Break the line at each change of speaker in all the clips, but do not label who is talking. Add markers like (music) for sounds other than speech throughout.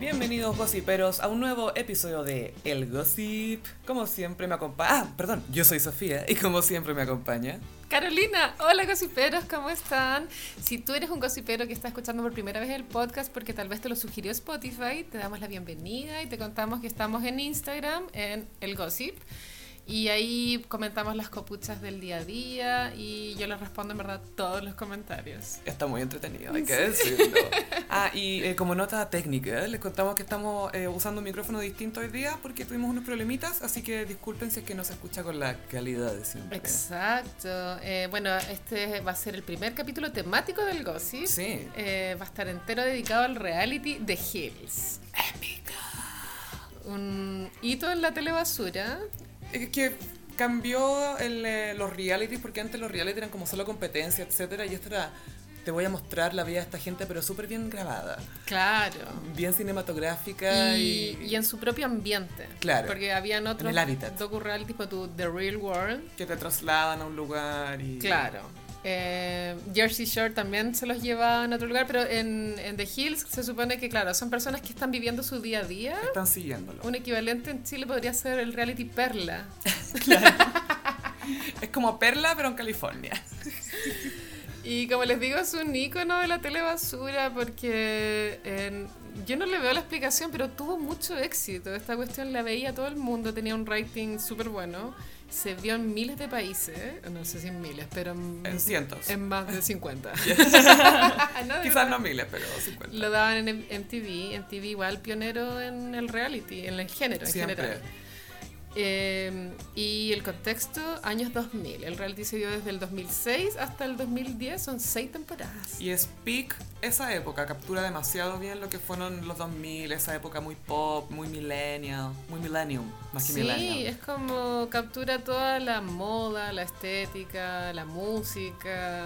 Bienvenidos gossiperos a un nuevo episodio de El Gossip. Como siempre me acompaña... Ah, perdón, yo soy Sofía y como siempre me acompaña...
Carolina, hola gossiperos, ¿cómo están? Si tú eres un gossipero que está escuchando por primera vez el podcast porque tal vez te lo sugirió Spotify, te damos la bienvenida y te contamos que estamos en Instagram, en El Gossip. Y ahí comentamos las copuchas del día a día y yo les respondo en verdad todos los comentarios.
Está muy entretenido, hay que decirlo. Ah, y eh, como nota técnica, les contamos que estamos eh, usando un micrófono distinto hoy día porque tuvimos unos problemitas, así que disculpen si es que no se escucha con la calidad de siempre.
Exacto. Eh, bueno, este va a ser el primer capítulo temático del Gossip.
Sí.
Eh, va a estar entero dedicado al reality de Hills.
Épico.
Un hito en la telebasura.
Es que cambió el, eh, los realities porque antes los realities eran como solo competencia, etcétera, y esto era te voy a mostrar la vida de esta gente pero súper bien grabada,
Claro.
bien cinematográfica
Y,
y,
y en su propio ambiente.
Claro.
Porque habían otros
el hábitat.
docu-reality tipo tu The Real World.
que te trasladan a un lugar y
Claro. Eh, Jersey Shore también se los lleva a otro lugar, pero en, en The Hills se supone que, claro, son personas que están viviendo su día a día.
están siguiéndolo.
Un equivalente en Chile podría ser el reality Perla.
Es como Perla pero en California.
Y como les digo, es un ícono de la telebasura porque en- yo no le veo la explicación, pero tuvo mucho éxito. Esta cuestión la veía todo el mundo, tenía un rating súper bueno. Se vio en miles de países, no sé si en miles, pero en,
En cientos.
en más de 50. (laughs)
(laughs)
No, de
Quizás
verdad.
no miles, pero 50.
Lo daban en M- MTV, MTV igual pionero en el reality, en el género en
Siempre.
general. Eh, y el contexto, años 2000. El reality se dio desde el 2006 hasta el 2010, son seis temporadas.
Y es peak esa época, captura demasiado bien lo que fueron los 2000, esa época muy pop, muy millennial, muy millennium, más que
Sí,
millennial.
es como captura toda la moda, la estética, la música,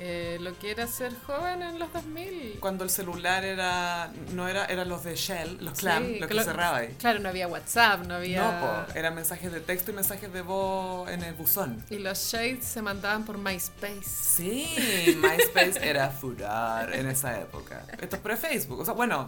eh, lo que era ser joven en los 2000.
Cuando el celular era, no era, eran los de Shell, los Clam,
Sí,
los que
cla-
cerraba ahí.
Claro, no había WhatsApp, no había...
No, po, eh. eran mensajes de texto y mensajes de voz en el buzón.
y los shades se mandaban por MySpace.
Sí, MySpace era furor en esa época. Esto es pre-Facebook, o sea, bueno,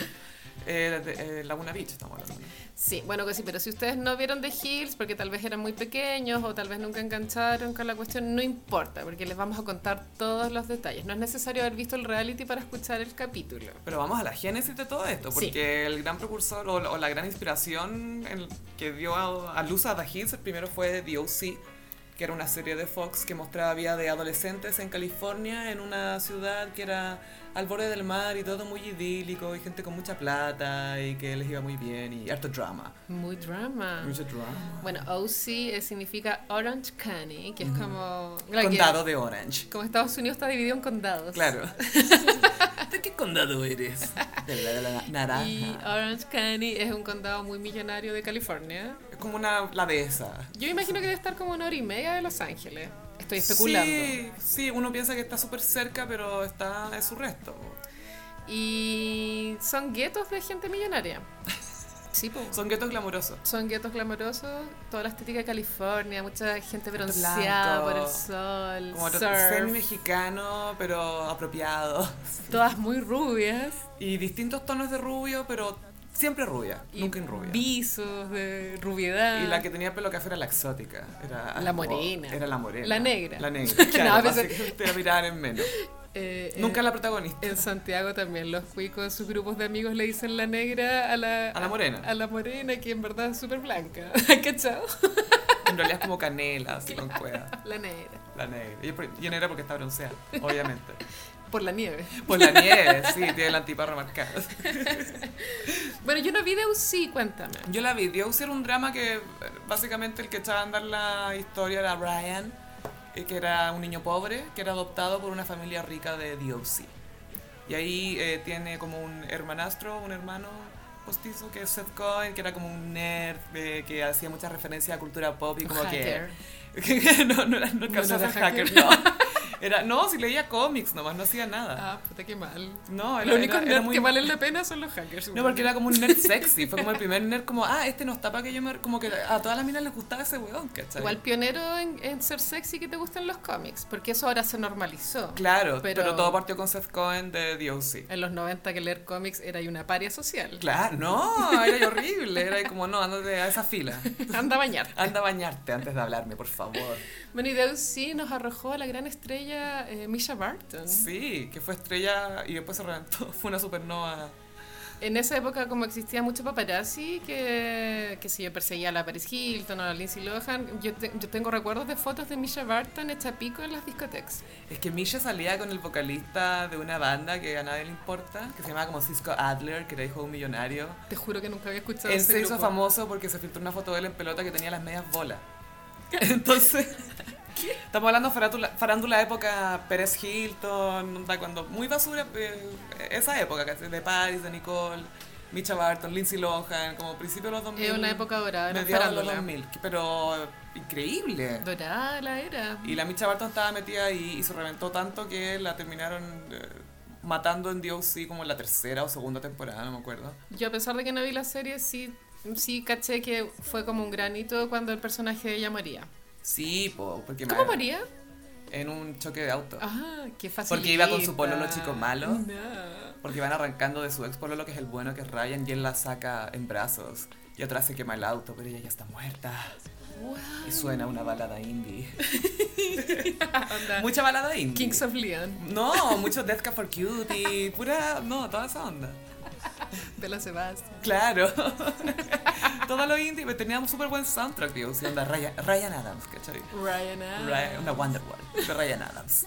eh, de- eh, Laguna Beach estamos hablando. ¿no?
Sí, bueno, que sí, pero si ustedes no vieron The Hills porque tal vez eran muy pequeños o tal vez nunca engancharon con la cuestión, no importa, porque les vamos a contar todos los detalles. No es necesario haber visto el reality para escuchar el capítulo.
Pero vamos a la génesis de todo esto,
Sí.
porque el gran precursor o, la- o la gran inspiración en- que dio a, a luz a The Hills, el primero fue The O.C., que era una serie de Fox que mostraba vida de adolescentes en California, en una ciudad que era al borde del mar y todo muy idílico, y gente con mucha plata, y que les iba muy bien, y harto drama.
Muy drama.
Mucho drama.
Bueno, OC eh, significa Orange County, que es como... claro, que-
Condado de Orange.
como Estados Unidos está dividido en
(laughs)
condados.
Claro. ¿De qué condado eres? De la, de la- naranja.
Y ah, Orange County es un condado muy millonario de California.
Es como una, la dehesa.
Yo imagino que debe estar como una hora y media de Los Ángeles. Estoy especulando.
Sí, sí, uno piensa que está súper cerca, pero está es su resto.
Y son guetos de
(laughs)
gente millonaria. Sí, po.
Son guetos glamurosos.
Son guetos glamorosos, toda la estética de California, mucha gente bronceada
Blanco.
por el sol,
Como
surf,
ser mexicano, pero apropiado.
todas muy rubias,
Y distintos tonos de rubio, pero siempre rubia. nunca en rubia.
visos de rubiedad.
Y la que tenía pelo café era la exótica. Era
La
como-
morena.
Era la morena.
La negra. (laughs)
La negra. Claro,
No, pensé-
básicamente la miraban en
(laughs)
menos.
Eh, eh,
Nunca la protagonista.
En Santiago también los cuicos, sus grupos de amigos le dicen la negra a la,
A la morena.
a la morena, que en verdad es súper blanca. (laughs) ¿Cachado?
En realidad es como canela, así con cuerda.
La negra.
La negra. Y es por- Y negra porque está (laughs) bronceada, obviamente.
Por la nieve.
Por la nieve, sí, tiene la antiparra marcada.
Bueno, yo no vi de UCI, cuéntame.
(laughs) Yo la vi, Deus era un drama que eh, básicamente el que echaba a andar la historia era Ryan, eh, que era un niño pobre, que era adoptado por una familia rica de DOC. Y ahí eh, tiene como un hermanastro, un hermano postizo que es Seth Cohen, que era como un nerd, eh, que hacía mucha referencia a cultura pop y
Un
como
hacker.
que... (laughs) no, no era no
No,
alcanzó
no
a
era
ser hacker,
hacker.
no. (laughs) Era, no, si leía cómics nomás, no hacía nada.
Ah, puta, qué mal.
No, era,
Los únicos
era- era
nerds
muy-
que valen la pena son los hackers.
No, porque era como un nerd sexy. Fue como el primer nerd como, ah, este no está para que yo me... Como que a todas las minas les gustaba ese weón, ¿cachai?
Igual pionero en, en ser sexy que te gustan los cómics, porque eso ahora se normalizó.
Claro, pero...
Pero-
todo partió con Seth Cohen de DOC.
En los 90 que leer cómics era ahí una paria social.
Claro, no, (laughs) era horrible. Era como, no, ándate a esa fila.
(laughs) Anda a bañar.
Anda a bañarte antes de hablarme, por favor.
Bueno, y Deus sí nos arrojó a la gran estrella eh, Misha
Mm.
Barton.
Sí, que fue estrella y después se reventó. (laughs) Fue una supernova.
En esa época, como existía mucho paparazzi, que, que si yo perseguía a la Paris Hilton o a la Lindsay Lohan, yo, te- yo tengo recuerdos de fotos de Misha Barton hecha pico en las discotecas.
Es que Misha salía con el vocalista de una banda que a nadie le importa, que se llamaba como Cisco Adler, que era hijo de un millonario.
Te juro que nunca había escuchado
Él
ese
se hizo
grupo.
famoso porque se filtró una foto de él en pelota que tenía las medias bolas. (laughs) Entonces, estamos hablando farándula, farándula época Pérez Hilton, onda cuando muy basura, eh, esa época, ¿cachai? de Paris, de Nicole, Micha Barton, Lindsay Lohan, como principio de los 2000.
Es una época dorada, era
mediados de los
farándula.
2000, que- pero eh, increíble.
Dorada la era.
Y la Micha Barton estaba metida y, y se reventó tanto que la terminaron eh, matando en DOC como en la tercera o segunda temporada, no me acuerdo.
Yo a pesar de que no vi la serie, sí, sí caché que fue como un granito cuando el personaje de ella moría.
Sí, po, porque
¿Cómo
me-
moría?
En un choque de auto.
Ah, qué fácil.
Porque iba con su pololo chico malo.
No.
Porque van arrancando de su ex pololo, que es el bueno, que es Ryan, y él la saca en brazos. Y atrás se quema el auto, pero ella ya está muerta. Y suena una balada indie.
Onda,
Mucha balada indie.
Ah. Kings of Leon,
No, mucho Death Cab for Cutie, pura... No, toda esa onda.
Bella Sebastian.
Claro. (laughs) Todo lo indie, pero teníamos súper buen soundtrack, digo. Sí, onda Ryan, Ryan Adams, ¿cachai?
Ryan Adams.
Ryan, una Wonderwall de Ryan Adams.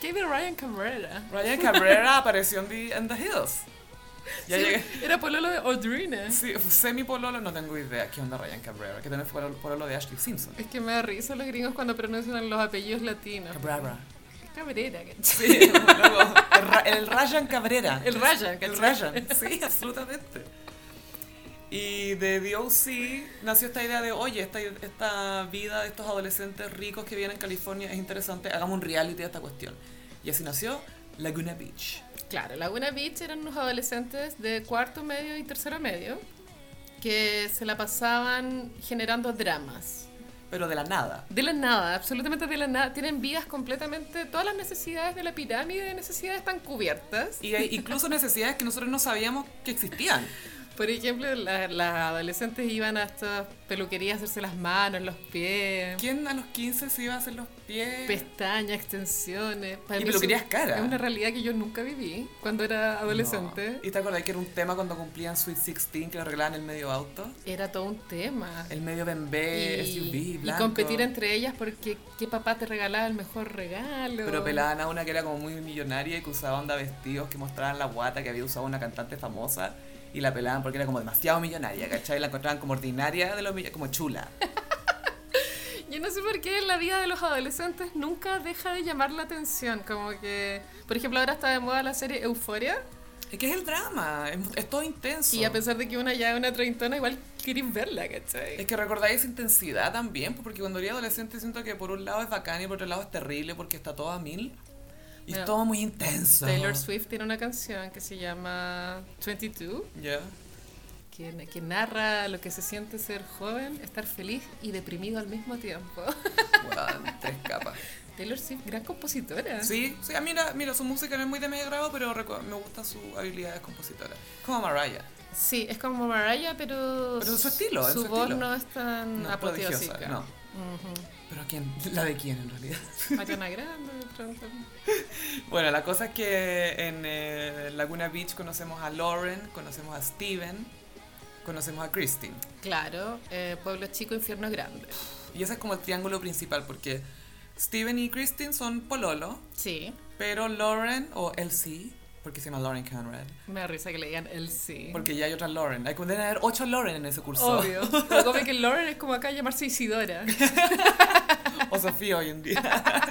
¿Qué de Ryan Cabrera?
Ryan Cabrera apareció en The, en The Hills. Ya
Sí,
llegué.
Era pololo de Audrina.
Sí, semi pololo no tengo idea qué onda Ryan Cabrera, que también fue pololo- pololo de Ashley Simpson.
Es que me da risa los gringos cuando pronuncian los apellidos latinos.
Cabrera.
Es Cabrera, ¿cachai?
Sí, luego, el, Ra- el Ryan Cabrera.
El Ryan,
El
¿cachai?
Ryan, sí, absolutamente. Y de DOC nació esta idea de, oye, esta, esta vida de estos adolescentes ricos que vienen a California es interesante, hagamos un reality de esta cuestión. Y así nació Laguna Beach.
Claro, Laguna Beach eran unos adolescentes de cuarto medio y tercero medio que se la pasaban generando dramas.
Pero de la nada.
De la nada, absolutamente de la nada. Tienen vidas completamente, todas las necesidades de la pirámide de necesidades están cubiertas.
Y hay incluso necesidades que nosotros no sabíamos que existían.
Por ejemplo, la- las adolescentes iban a estas peluquerías a hacerse las manos, los pies,
¿Quién a los 15 se iba a hacer los pies?
pestañas, extensiones. Para
Y
mí
peluquerías
es-
caras.
Es una realidad que yo nunca viví cuando era adolescente.
No. ¿Y te acordás que era un tema cuando cumplían Sweet 16 que lo arreglaban el medio auto?
Era todo un tema.
El medio bembé,
y,
SUV,
y
blanco.
competir entre ellas porque qué papá te regalaba el mejor regalo.
Pero pelaban a una que era como muy millonaria y que usaba onda vestidos que mostraban la guata que había usado una cantante famosa. Y la pelaban porque era como demasiado millonaria, ¿cachai? La encontraban como ordinaria, de los millo- como chula.
Yo no sé por qué la vida de los adolescentes nunca deja de llamar la atención. Como que, por ejemplo, ahora está de moda la serie Euforia.
Es que es el drama, es, es todo intenso.
Y a pesar de que una ya es una treintona, igual querés verla, ¿cachai?
Es que recordáis esa intensidad también, pues, porque cuando era adolescente siento que por un lado es bacán y por otro lado es terrible porque está todo a mil. Y es
Mira,
todo muy intenso.
Taylor Swift tiene una canción que se llama 22,
Ya.
que, que narra lo que se siente ser joven, estar feliz y deprimido al mismo tiempo. (laughs)
Weón, tres capas.
Taylor Swift, gran compositora.
Sí, sí, a mí la- mira, su música no es muy de medio grado, pero recu- me gustan sus habilidades compositoras. Como Mariah.
Sí, es como Mariah, pero,
Pero su estilo, es
su
su
voz
estilo.
no es tan
No es prodigiosa,
apoteósica.
no.
Ujú.
¿Pero quién? ¿La de quién en realidad?
Ariana Grande, de pronto.
(laughs) Bueno, la cosa es que en eh, Laguna Beach conocemos a Lauren, conocemos a Steven, conocemos a Christine.
Claro, eh, pueblo chico, infierno grande.
Y ese es como el triángulo principal, porque Steven y Christine son pololo,
Sí,
pero Lauren, o Elsie, porque se llama Lauren Conrad,
me da risa que le digan el sí.
porque ya hay otra Lauren. Hay, deben haber ocho Lauren en ese curso. (laughs)
Obvio. Pero como que Lauren es como acá llamarse Isidora.
O Sofía hoy en día.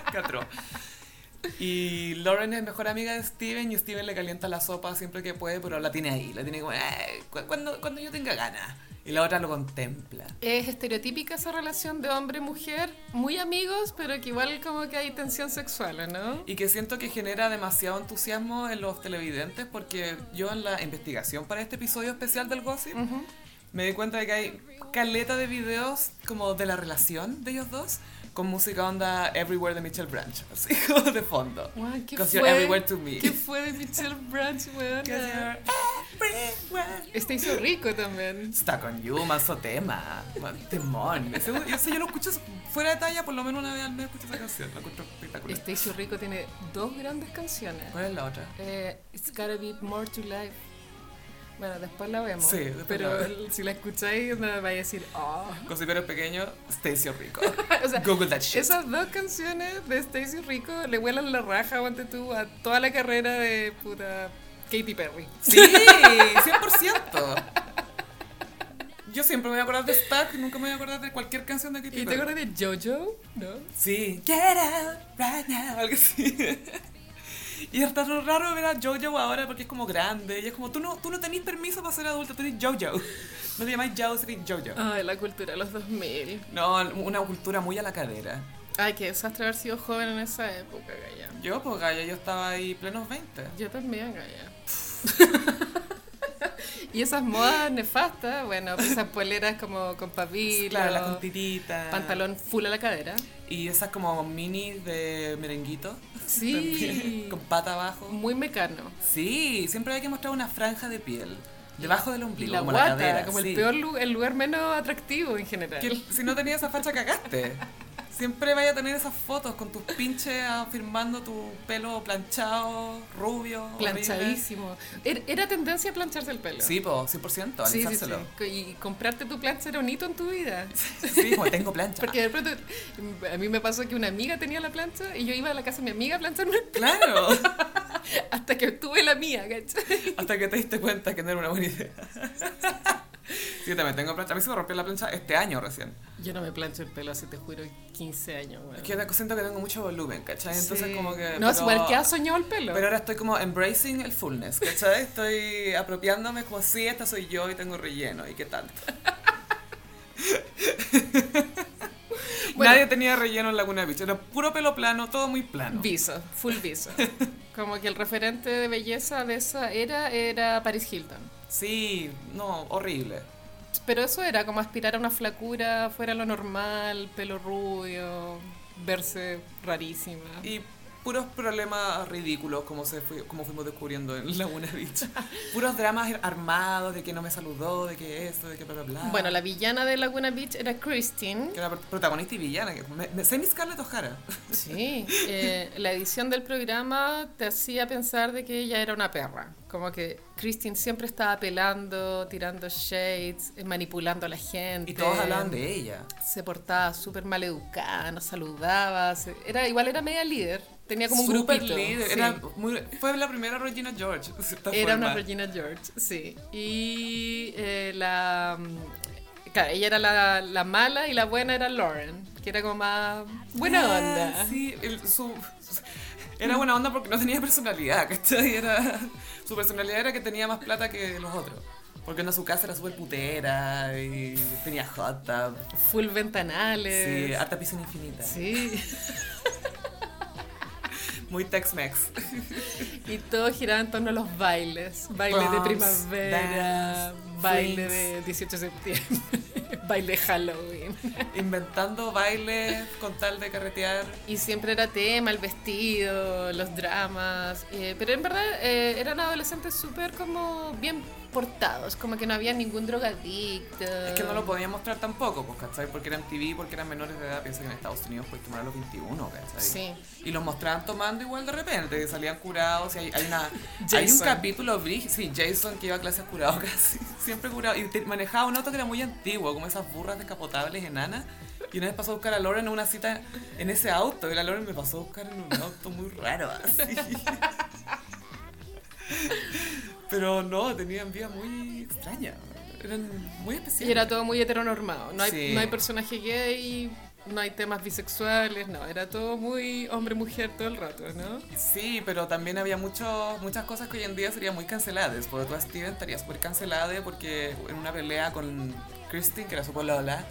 (laughs) Catro. Y Lauren es mejor amiga de Steven y Steven le calienta la sopa siempre que puede, pero la tiene ahí. La tiene como, "Eh, cu- cuando, cuando yo tenga ganas. Y la otra lo contempla.
Es estereotípica esa relación de hombre-mujer, muy amigos, pero que igual como que hay tensión sexual, ¿o ¿no?
Y que siento que genera demasiado entusiasmo en los televidentes porque yo en la investigación para este episodio especial del Gossip
Ujú.
me di cuenta de que hay caleta de videos como de la relación de ellos dos con música onda Everywhere de Mitchell Branch, (laughs) así como de fondo.
Guau, ¿qué
'Cause you're
fue?
everywhere to me.
¿Qué fue de Michelle Branch,
'Cause
weona?
you're everywhere.
Este hizo rico también.
Está con you, manso tema, man- temón. Ese, ese yo lo escucho fuera de talla, por lo menos una vez al mes escucho esa canción, la encuentro espectacular.
Este hizo rico tiene dos grandes canciones.
¿Cuál es la otra?
Eh, It's gotta be more to life. Bueno, después la vemos.
Sí, después
pero
la vemos.
si la escucháis, no vais a decir, oh. (laughs)
Cosipero pequeño, Stacy (laughs) Rico.
O sea,
Google that shit.
Esas dos canciones de Stacy Rico le vuelan la raja, aguante tú, a toda la carrera de puta Katy Perry.
Sí, 100%. Yo siempre me voy a acordar de Stack, nunca me voy a acordar de cualquier canción de Katy
¿Y te
Perry.
acuerdas de JoJo? ¿No?
Sí. Get out right now. Algo así. (laughs) Y hasta lo raro ver a Jojo ahora porque es como grande. Y es como, tú no, tú no tenés permiso para ser adulta, tú eres Jojo. No te llamáis Jojo, eres Jojo.
Ay, la cultura de los 2000.
No, una cultura muy a la cadera.
Ay, qué desastre haber sido joven en esa época, Gaya.
Yo, pues, Gaya, yo estaba ahí plenos 20.
Yo también, Gaya. (laughs) y esas modas nefastas, bueno, pues esas poleras como con papilo,
Claro, las con tiritas.
pantalón full a la cadera.
Y esas como minis de merenguito. (laughs)
Sí. Mm.
También, Con pata abajo.
Muy mecano.
Sí, siempre hay que mostrar una franja de piel. Debajo del
Y
ombligo,
la
como
guata,
la cadera.
como
sí.
el peor lu- el lugar menos atractivo en general.
Que si no tenías esa facha, cagaste. Siempre vaya a tener esas fotos con tus pinches ah, firmando tu pelo planchado, rubio. horrible.
Planchadísimo. Era, era tendencia a plancharse el pelo.
Sí, po, 100%,
Sí, sí,
alisárselo.
sí. Y comprarte tu plancha era un hito en
(laughs)
tu vida.
Sí, como tengo plancha.
(laughs) Porque de pronto a mí me pasó que una amiga tenía la plancha y yo iba a la casa de mi amiga a plancharme
Claro,
hasta que obtuve la mía, ¿cachai?
hasta que te diste cuenta que no era una buena idea. (laughs) Sí, yo también tengo plancha. A mí se me rompió la plancha este año recién.
Yo no me plancho el pelo hace, te juro, 15 años, weón.
Es que yo siento que tengo mucho volumen, ¿cachai? Entonces
Sí.
como que...
No, es
pero-
igual que ha soñado el pelo.
Pero ahora estoy como embracing el fullness, ¿cachai? Estoy apropiándome como si esta soy yo y tengo relleno y qué (laughs) tanto.
Bueno.
Nadie tenía relleno en Laguna Beach, era puro pelo plano, todo muy plano.
Viso, full
(laughs)
viso. Como que el referente de belleza de esa era era Paris Hilton.
Sí, no, horrible.
Pero eso era como aspirar a una flacura fuera lo normal, pelo rubio, verse rarísima.
Y puros problemas ridículos como, se fui- como fuimos descubriendo en Laguna
(laughs)
Beach. Puros dramas armados de que no me saludó, de que esto, de que bla bla bla.
Bueno, la villana de Laguna Beach era Christine.
que era pro- protagonista y villana, que me, me- sé mi Scarlett O'Hara.
Sí, eh, la edición del programa te hacía pensar de que ella era una perra. Como que Christine siempre estaba apelando, tirando shades, eh, manipulando a la gente.
Y todos hablaban de ella.
Se portaba súper mal educada, no saludaba. se- Era, igual era media líder. Tenía como un grupo
Super líder, era muy- fue la primera Regina George, (laughs) de cierta
Era una
forma.
Regina George, sí. Y eh, la. mm, Claro, ella era la, la mala y la buena era Lauren, que era como más buena
Ah,
onda.
Sí, el- su- era buena onda porque no tenía personalidad, ¿cachai? Era, su personalidad era que tenía más plata que los otros. Porque en su casa era súper putera y tenía hot tub,
Full ventanales.
sí, hasta piscina infinita.
Sí.
Muy Tex-Mex.
(laughs) Y todo giraba en torno a los bailes. Baile de
Proms,
primavera,
dance,
baile
flings.
de 18 de septiembre, (laughs) baile de Halloween.
Inventando bailes con tal de carretear.
Y siempre era tema, el vestido, los dramas. eh, pero en verdad eh, eran adolescentes súper como bien portados, como que no había ningún drogadicto.
Es que no lo podía mostrar tampoco, pues, ¿cachai? Porque eran TV, porque eran menores de edad. Piensa que en Estados Unidos puedes tomar a los 21, ¿cachai?
Sí.
Y los mostraban tomando igual de repente, que salían curados. Y hay, hay una, hay un
Jason.
capítulo, brígido- sí, Jason que iba a clases curado (laughs) casi, siempre curado. Y te- manejaba un auto que era muy antiguo, como esas burras descapotables enanas. Y una vez pasó a buscar a Lauren en una cita en ese auto. Y la Lauren me pasó a buscar en un auto muy raro, así. (laughs) Pero no, tenían vida muy extraña. Eran muy especiales.
Y era todo muy heteronormado. No hay,
Sí.
no hay personaje gay, no hay temas bisexuales, no, era todo muy hombre-mujer todo el rato, ¿no?
Sí, pero también había mucho, muchas cosas que hoy en día serían muy canceladas. Porque tú a Steven estaría súper cancelada porque en una pelea con Christine, que era su polola,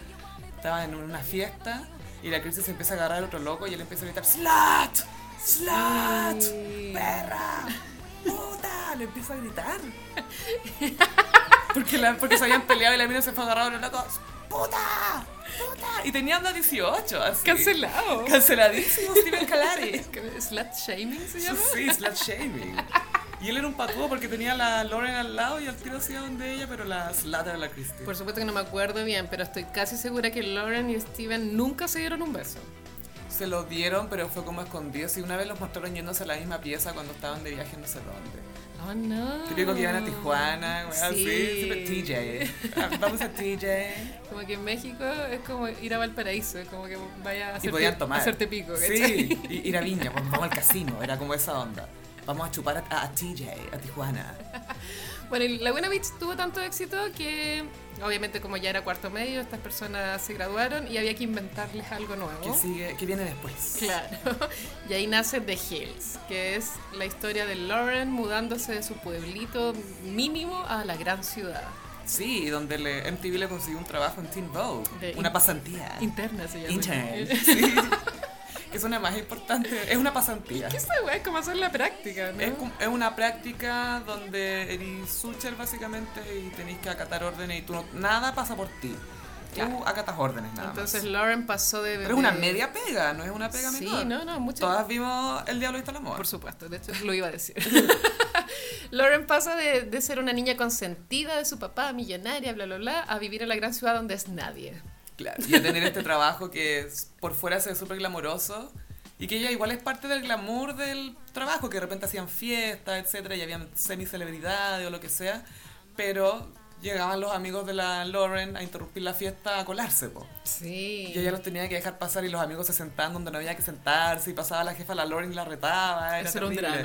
estaban en una fiesta y la Christine se empieza a agarrar al otro loco y él empieza a gritar ¡Slut! ¡Slut!
Sí.
¡Perra! ¡Puta! Le empieza a gritar. Porque, la- porque se habían peleado y la mina se fue agarrada a los locos. ¡Puta! ¡Puta! Y tenía anda 18, así.
Cancelado.
Canceladísimo Steven Calari.
Slut shaming se llama.
Sí, slut shaming. Y él era un patúo porque tenía a la Lauren al lado y al tiro hacía donde ella, pero la slut era la Christie.
Por supuesto que no me acuerdo bien, pero estoy casi segura que Lauren y Steven nunca se dieron un beso.
Se lo dieron, pero fue como escondido. Y una vez los mostraron yéndose a la misma pieza cuando estaban de viaje no sé dónde.
Oh no.
Típico que iban a Tijuana, güey, ah, así,
Ah, Sí.
siempre TJ. Ah, Vamos a
(laughs)
TJ.
Como que en México es como ir a Valparaíso, es como que vaya a
Y
hacerte,
podían tomar.
hacerte pico, ¿cachai? (laughs)
Sí, y- ir a Viña, pues, vamos al casino, era como esa onda. Vamos a chupar a, a TJ, a Tijuana.
Bueno, y Laguna Beach tuvo tanto éxito que obviamente como ya era cuarto medio, estas personas se graduaron y había que inventarles algo nuevo.
¿Qué sigue? ¿Qué viene después?
Oh. Claro. (laughs) Y ahí nace The Hills, que es la historia de Lauren mudándose de su pueblito mínimo a la gran ciudad.
Sí, donde le, MTV le consiguió un trabajo en Teen Vogue,
De
una
in-
pasantía.
Interna se llama.
Intern.
(laughs)
Sí. Es una más importante, es una pasantía.
¿Qué es esa weá? Es como hacer la práctica, ¿no?
Es, cum- es una práctica donde eres sucher básicamente y tenéis que acatar órdenes y tú no- nada pasa por ti.
Claro.
Tú acatas órdenes nada
Entonces
más.
Lauren pasó de...
Pero es una
de-
media pega, no es una pega
Sí,
menor.
no, no, muchas...
Todas vimos El Diablo Vista al Amor.
Por supuesto,
(laughs)
de hecho lo iba a decir. (laughs) Lauren pasa de, de ser una niña consentida de su papá, millonaria, bla, bla, bla, a vivir en la gran ciudad donde es nadie.
Claro, y a tener este trabajo que es- por fuera se ve súper glamoroso y que ella igual es parte del glamour del trabajo, que de repente hacían fiestas, etcétera, y habían semicelebridades o lo que sea, pero llegaban los amigos de la Lauren a interrumpir la fiesta a colarse, po.
Sí.
Y ella los tenía que dejar pasar y los amigos se sentaban donde no había que sentarse y pasaba la jefa la Lauren y la retaba. Era
Eso era un
terrible.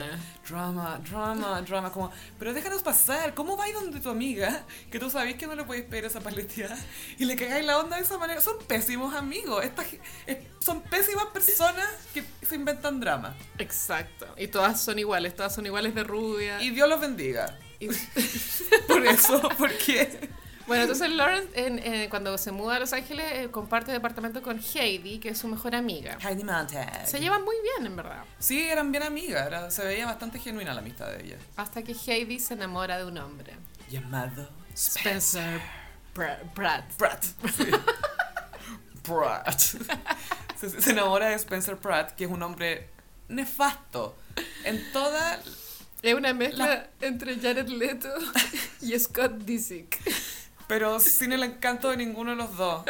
drama.
Drama, drama, drama. Como, pero déjanos pasar. ¿Cómo vais donde tu amiga? Que tú sabés que no le podéis pedir esa paleteada. Y le cagáis la onda de esa manera. Son pésimos amigos. Estas ge- eh, son pésimas personas que se inventan drama.
Exacto. Y todas son iguales, todas son iguales de rubia.
Y Dios los bendiga.
Y-
Por eso, (laughs) porque...
(laughs) Bueno, entonces Lauren, en- eh, cuando se muda a Los Ángeles, eh, comparte departamento con Heidi, que es su mejor amiga.
Heidi Montag.
Se llevan muy bien, en verdad.
Sí, eran bien amigas. era- se veía bastante genuina la amistad de ellas.
Hasta que Heidi se enamora de un hombre.
Llamado
Spencer Bra- Pratt.
Pratt. Pratt. Se, se enamora de Spencer Pratt, que es un hombre nefasto. En toda.
Es una mezcla entre Jared Leto (laughs) y Scott Disick.
Pero sin el encanto de ninguno de los dos.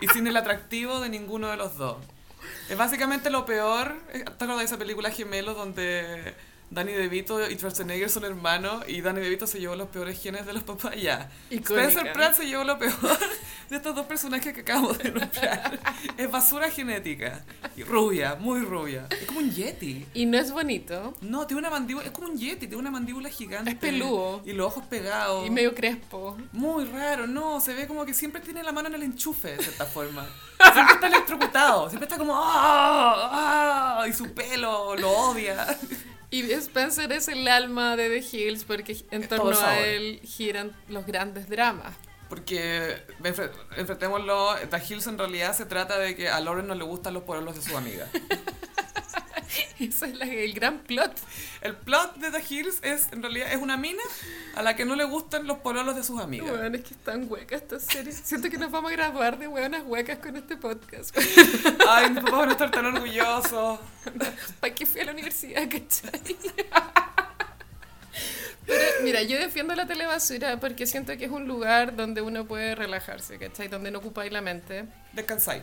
Y sin el atractivo de ninguno de los dos. Es básicamente lo peor. Hasta lo de esa película Gemelos, donde Danny DeVito y Schwarzenegger son hermanos. Y Danny DeVito se llevó los peores genes de los papás ya.
(laughs) Icónica.
Spencer Pratt se llevó lo peor (laughs) de estos dos personajes que acabo de
(laughs)
nombrar. Es basura genética. Y rubia, muy rubia. Es como un yeti.
Y no es bonito.
No, tiene una mandíbula, es como un yeti, tiene una mandíbula gigante.
Es peludo.
Y los ojos pegados.
Y medio crespo.
Muy raro, no, se ve como que siempre tiene la mano en el enchufe, de cierta forma. Siempre está electrocutado, siempre está como... ¡Ah! ¡Ah! Y su pelo lo odia.
Y Spencer es el alma de The Hills porque en
Es todo
torno a
sabor.
él giran los grandes dramas.
Porque, enfre- enfrentémoslo, The Hills en realidad se trata de que a Lauren no le gustan los pueblos de su amiga.
Ese es la- el gran plot.
El plot de The Hills es, en realidad, es una mina a la que no le gustan los pololos de sus amigas.
Weón, es que están huecas esta serie. Siento que nos vamos a graduar de hueonas huecas con este podcast. (laughs)
Ay, mis papás van a estar tan orgullosos.
¿Para qué fui a la universidad, cachai? Pero mira, yo defiendo la telebasura porque siento que es un lugar donde uno puede relajarse, ¿cachai? Donde no ocupáis la mente.
Descansáis.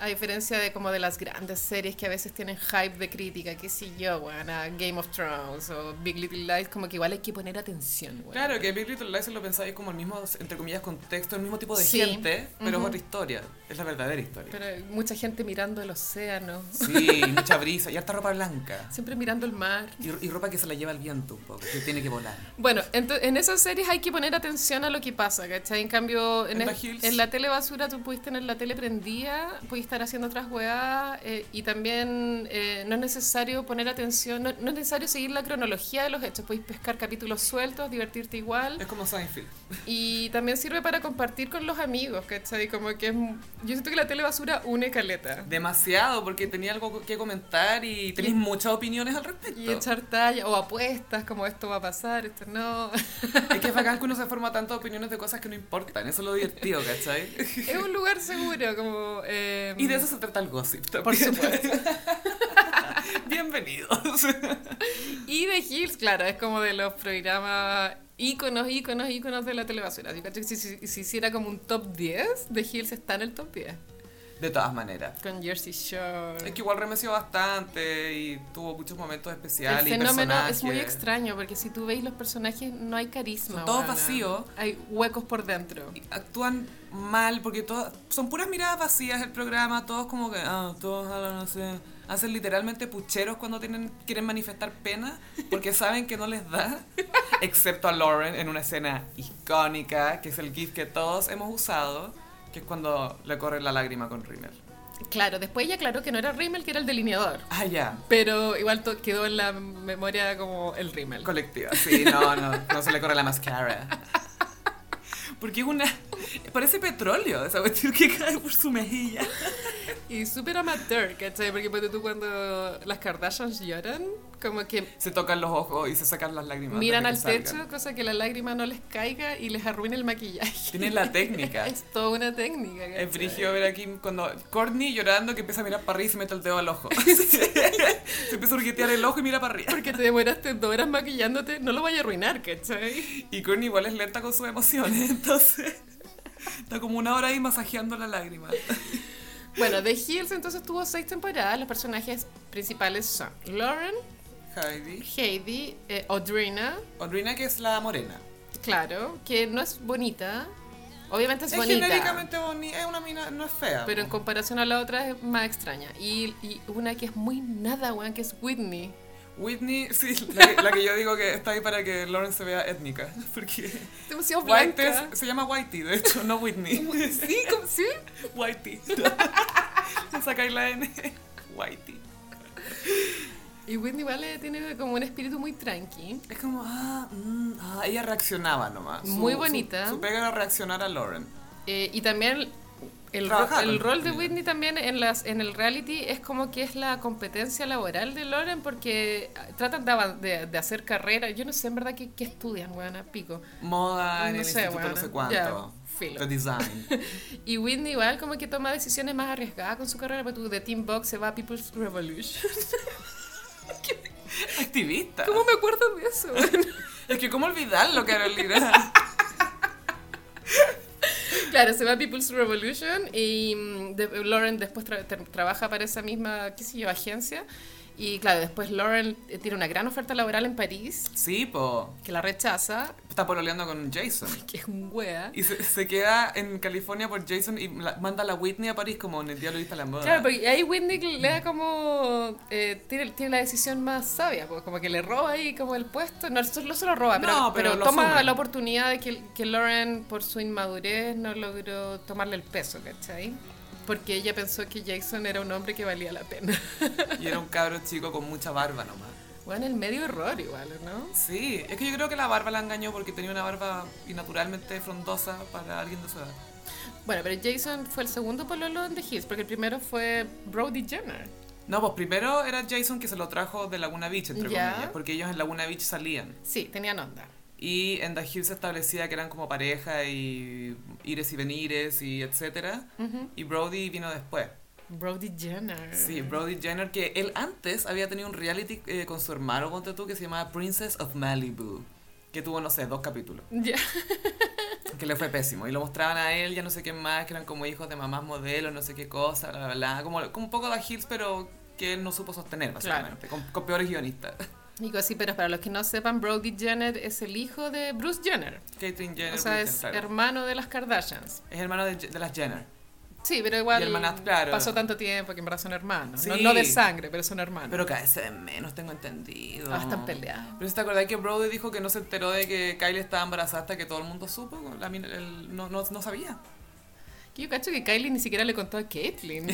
A diferencia de como de las grandes series que a veces tienen hype de crítica, qué sé yo, weón, a Game of Thrones o Big Little Lies, como que igual hay que poner atención, weón.
Claro, que Big Little Lies lo pensáis como el mismo, entre comillas, contexto, el mismo tipo de
Sí.
gente, pero
Ujú.
es otra historia. Es la verdadera historia.
Pero hay mucha gente mirando el océano,
Sí, y mucha brisa y harta ropa blanca.
siempre mirando el mar.
Y, y ropa que se la lleva el viento un poco, que tiene que volar.
Bueno, ento- en esas series hay que poner atención a lo que pasa, ¿cachai? En cambio, en,
En
es-
The Hills.
en la tele basura tú puedes tener la tele prendida, puedes estar haciendo otras weas eh, y también eh, no es necesario poner atención, no, no es necesario seguir la cronología de los hechos, podéis pescar capítulos sueltos, divertirte igual
Es como Seinfeld.
y también sirve para compartir con los amigos, ¿cachai? Como que es, m- yo siento que la tele basura une caleta.
Demasiado, porque tenía algo que comentar y tenéis
Y-
muchas opiniones al respecto.
Y echar talla o apuestas, como esto va a pasar, esto no. (laughs)
Es que es bacán que uno se forma tantas opiniones de cosas que no importan. Eso es lo divertido, ¿cachai?
es un lugar seguro, como... eh,
Y de eso se trata el gossip.
Por
también.
supuesto.
(laughs) Bienvenidos.
Y de Hills, claro, es como de los programas íconos, íconos, íconos de la televasura. Yo cacho que si, si- si hiciera como un top 10, de Hills está en el top 10.
De todas maneras.
Con Jersey Shore.
Es que igual remeció bastante y tuvo muchos momentos
el
especiales. y
fenómeno es
personajes.
muy extraño porque si tú veis los personajes no hay carisma.
Son todos
weona.
vacíos.
Hay huecos por dentro.
Actúan mal porque todas son puras miradas vacías el programa. Todos como que, ah, todos hablan, no sé. Hacen literalmente pucheros cuando tienen, quieren manifestar pena porque saben que no les da. Excepto a Lauren en una escena icónica que es el gif que todos hemos usado, que es cuando le corre la lágrima con Rimmer.
Claro, después ella aclaró que no era Rimmel, que era el delineador.
Ah, ya.
Pero igual to- quedó en la memoria como el Rimmel.
Colectiva, sí, no, no, no se le corre la mascara. Porque es una. Parece petróleo esa cuestión que cae por su mejilla.
Y súper amateur, ¿cachai? Porque ponte tú cuando las Kardashians lloran, como que
Se tocan los ojos y se sacan las lágrimas.
Miran al
antes de que
techo,
salgan.
cosa que la lágrima no les caiga y les arruine el maquillaje.
Tienen la
(laughs)
técnica.
Es toda una técnica. ¿cachai?
Es brígido ver aquí cuando Courtney llorando que empieza a mirar para arriba y se mete el dedo al
(laughs)
ojo. se empieza a hurguetear el ojo y mira para arriba.
Porque te demoraste dos horas maquillándote, no lo vaya a arruinar, ¿cachai?
Y Courtney igual es lenta con sus emociones, (laughs) entonces. Está como una hora ahí masajeando la lágrima.
Bueno, The Hills entonces tuvo seis temporadas. Los personajes principales son Lauren,
Heidi.
Heidi, eh, Audrina,
Audrina, que es la morena.
claro, que no es bonita. Obviamente es,
es
bonita.
genéricamente bonita. Es una mina, no es fea.
Pero en comparación a la otra es más extraña. Y, y una que es muy nada, weón, que es Whitney.
Whitney,
(laughs)
sí, la que, la que yo digo que está ahí para que Lauren se vea étnica. Porque
Demasiado
White
blanca.
es- se llama Whitey, de hecho, no
(laughs)
Whitney.
Sí, como- sí,
(laughs) Whitey. Le sacáis la N. Whitey.
Y Whitney igual eh, tiene como un espíritu muy tranqui.
Es como, ah, mm, ah, ella reaccionaba nomás.
Muy bonita.
Su, pega era reaccionar a Lauren.
Eh, y también el, ro-
Trabajaron.
el rol de Whitney también en, las, en el reality es como que es la competencia laboral de Lauren porque tratan de, avan- de, de hacer carrera. Yo no sé en verdad qué, qué estudian, weón, pico.
Moda en
No
el
sé,
instituto
bueno,
no sé cuánto.
ya, filo.
The design.
(laughs) Y Whitney igual como que toma decisiones más arriesgadas con su carrera, pero tú de Team Box se va a People's Revolution. (laughs)
Activista.
¿Cómo me acuerdo de eso?
Es que cómo olvidarlo,
(laughs)
Carolina.
Claro, se va a People's Revolution y mm, de- Lauren después tra- tra- trabaja para esa misma, qué sé yo, agencia. Y claro, después Lauren eh, tiene una gran oferta laboral en París,
sí, po.
que la rechaza,
Está pololeando con Jason.
que es un wea.
Y se, se queda en California por Jason y la- manda a la Whitney a París como en el diálogo vista la moda.
Claro, porque ahí Whitney le da como. eh, tiene, tiene la decisión más sabia, pues, como que le roba ahí como el puesto. No, so- no se lo roba, pero,
No, pero
pero
lo
toma
asume.
la oportunidad de que, que Lauren, por su inmadurez, no logró tomarle el peso, ¿cachai? Porque ella pensó que Jason era un hombre que valía la pena. (laughs)
Y era un cabro chico con mucha barba nomás.
Bueno, el medio error igual, ¿no?
Sí, es que yo creo que la barba la engañó porque tenía una barba innaturalmente frondosa para alguien de su edad.
Bueno, pero Jason fue el segundo pololo en The Hills, porque el primero fue Brody Jenner.
No, pues primero era Jason que se lo trajo de Laguna Beach, entre
Ya.
comillas, porque ellos en Laguna Beach salían.
Sí, tenían onda.
Y en The Hills se establecía que eran como pareja y ires y venires y etcétera. Y Brody vino después.
Brody Jenner.
Sí, Brody Jenner, que él antes había tenido un reality eh, con su hermano, ponte tú, que se llamaba Princess of Malibu, que tuvo, no sé, dos capítulos,
Ya.
que le fue pésimo. Y lo mostraban a él, ya no sé qué más, que eran como hijos de mamás modelos, no sé qué cosa, bla, bla, bla. Como, como un poco de Hills, pero que él no supo sostener, básicamente, con, con peores guionistas. (laughs)
Digo así, pero para los que no sepan, Brody Jenner es el hijo de Bruce Jenner.
Caitlyn Jenner,
o sea,
Bruce
es
Jenner, claro.
hermano de las Kardashians.
es hermano de, Je- de las Jenner.
Sí, pero igual
Y hermanas, claro.
pasó tanto tiempo que en verdad son hermanos. No,
Sí.
no de sangre, pero son hermanos.
Pero cada vez se ven menos, tengo entendido.
Ah, están peleados.
Pero si te acordás que Brody dijo que no se enteró de que Kylie estaba embarazada hasta que todo el mundo supo, la mina- él no- no, no sabía.
Que Yo cacho que Kylie ni siquiera le contó
(laughs)
a Caitlyn.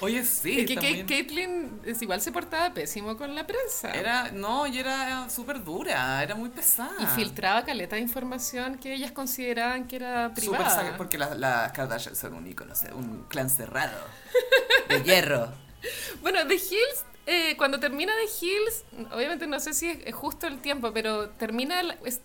Oye, sí.
Y que Kate-
también.
Caitlyn es igual se portaba pésimo con la prensa.
Era, no, y era súper dura, era muy pesada.
Y filtraba caleta de información que ellas consideraban que era
Súper
privada.
sag- porque las las Kardashian son un ícono, son un clan cerrado, de hierro.
Bueno, The Hills, eh, cuando termina The Hills, obviamente no sé si es, es justo el tiempo, pero termina, la- es-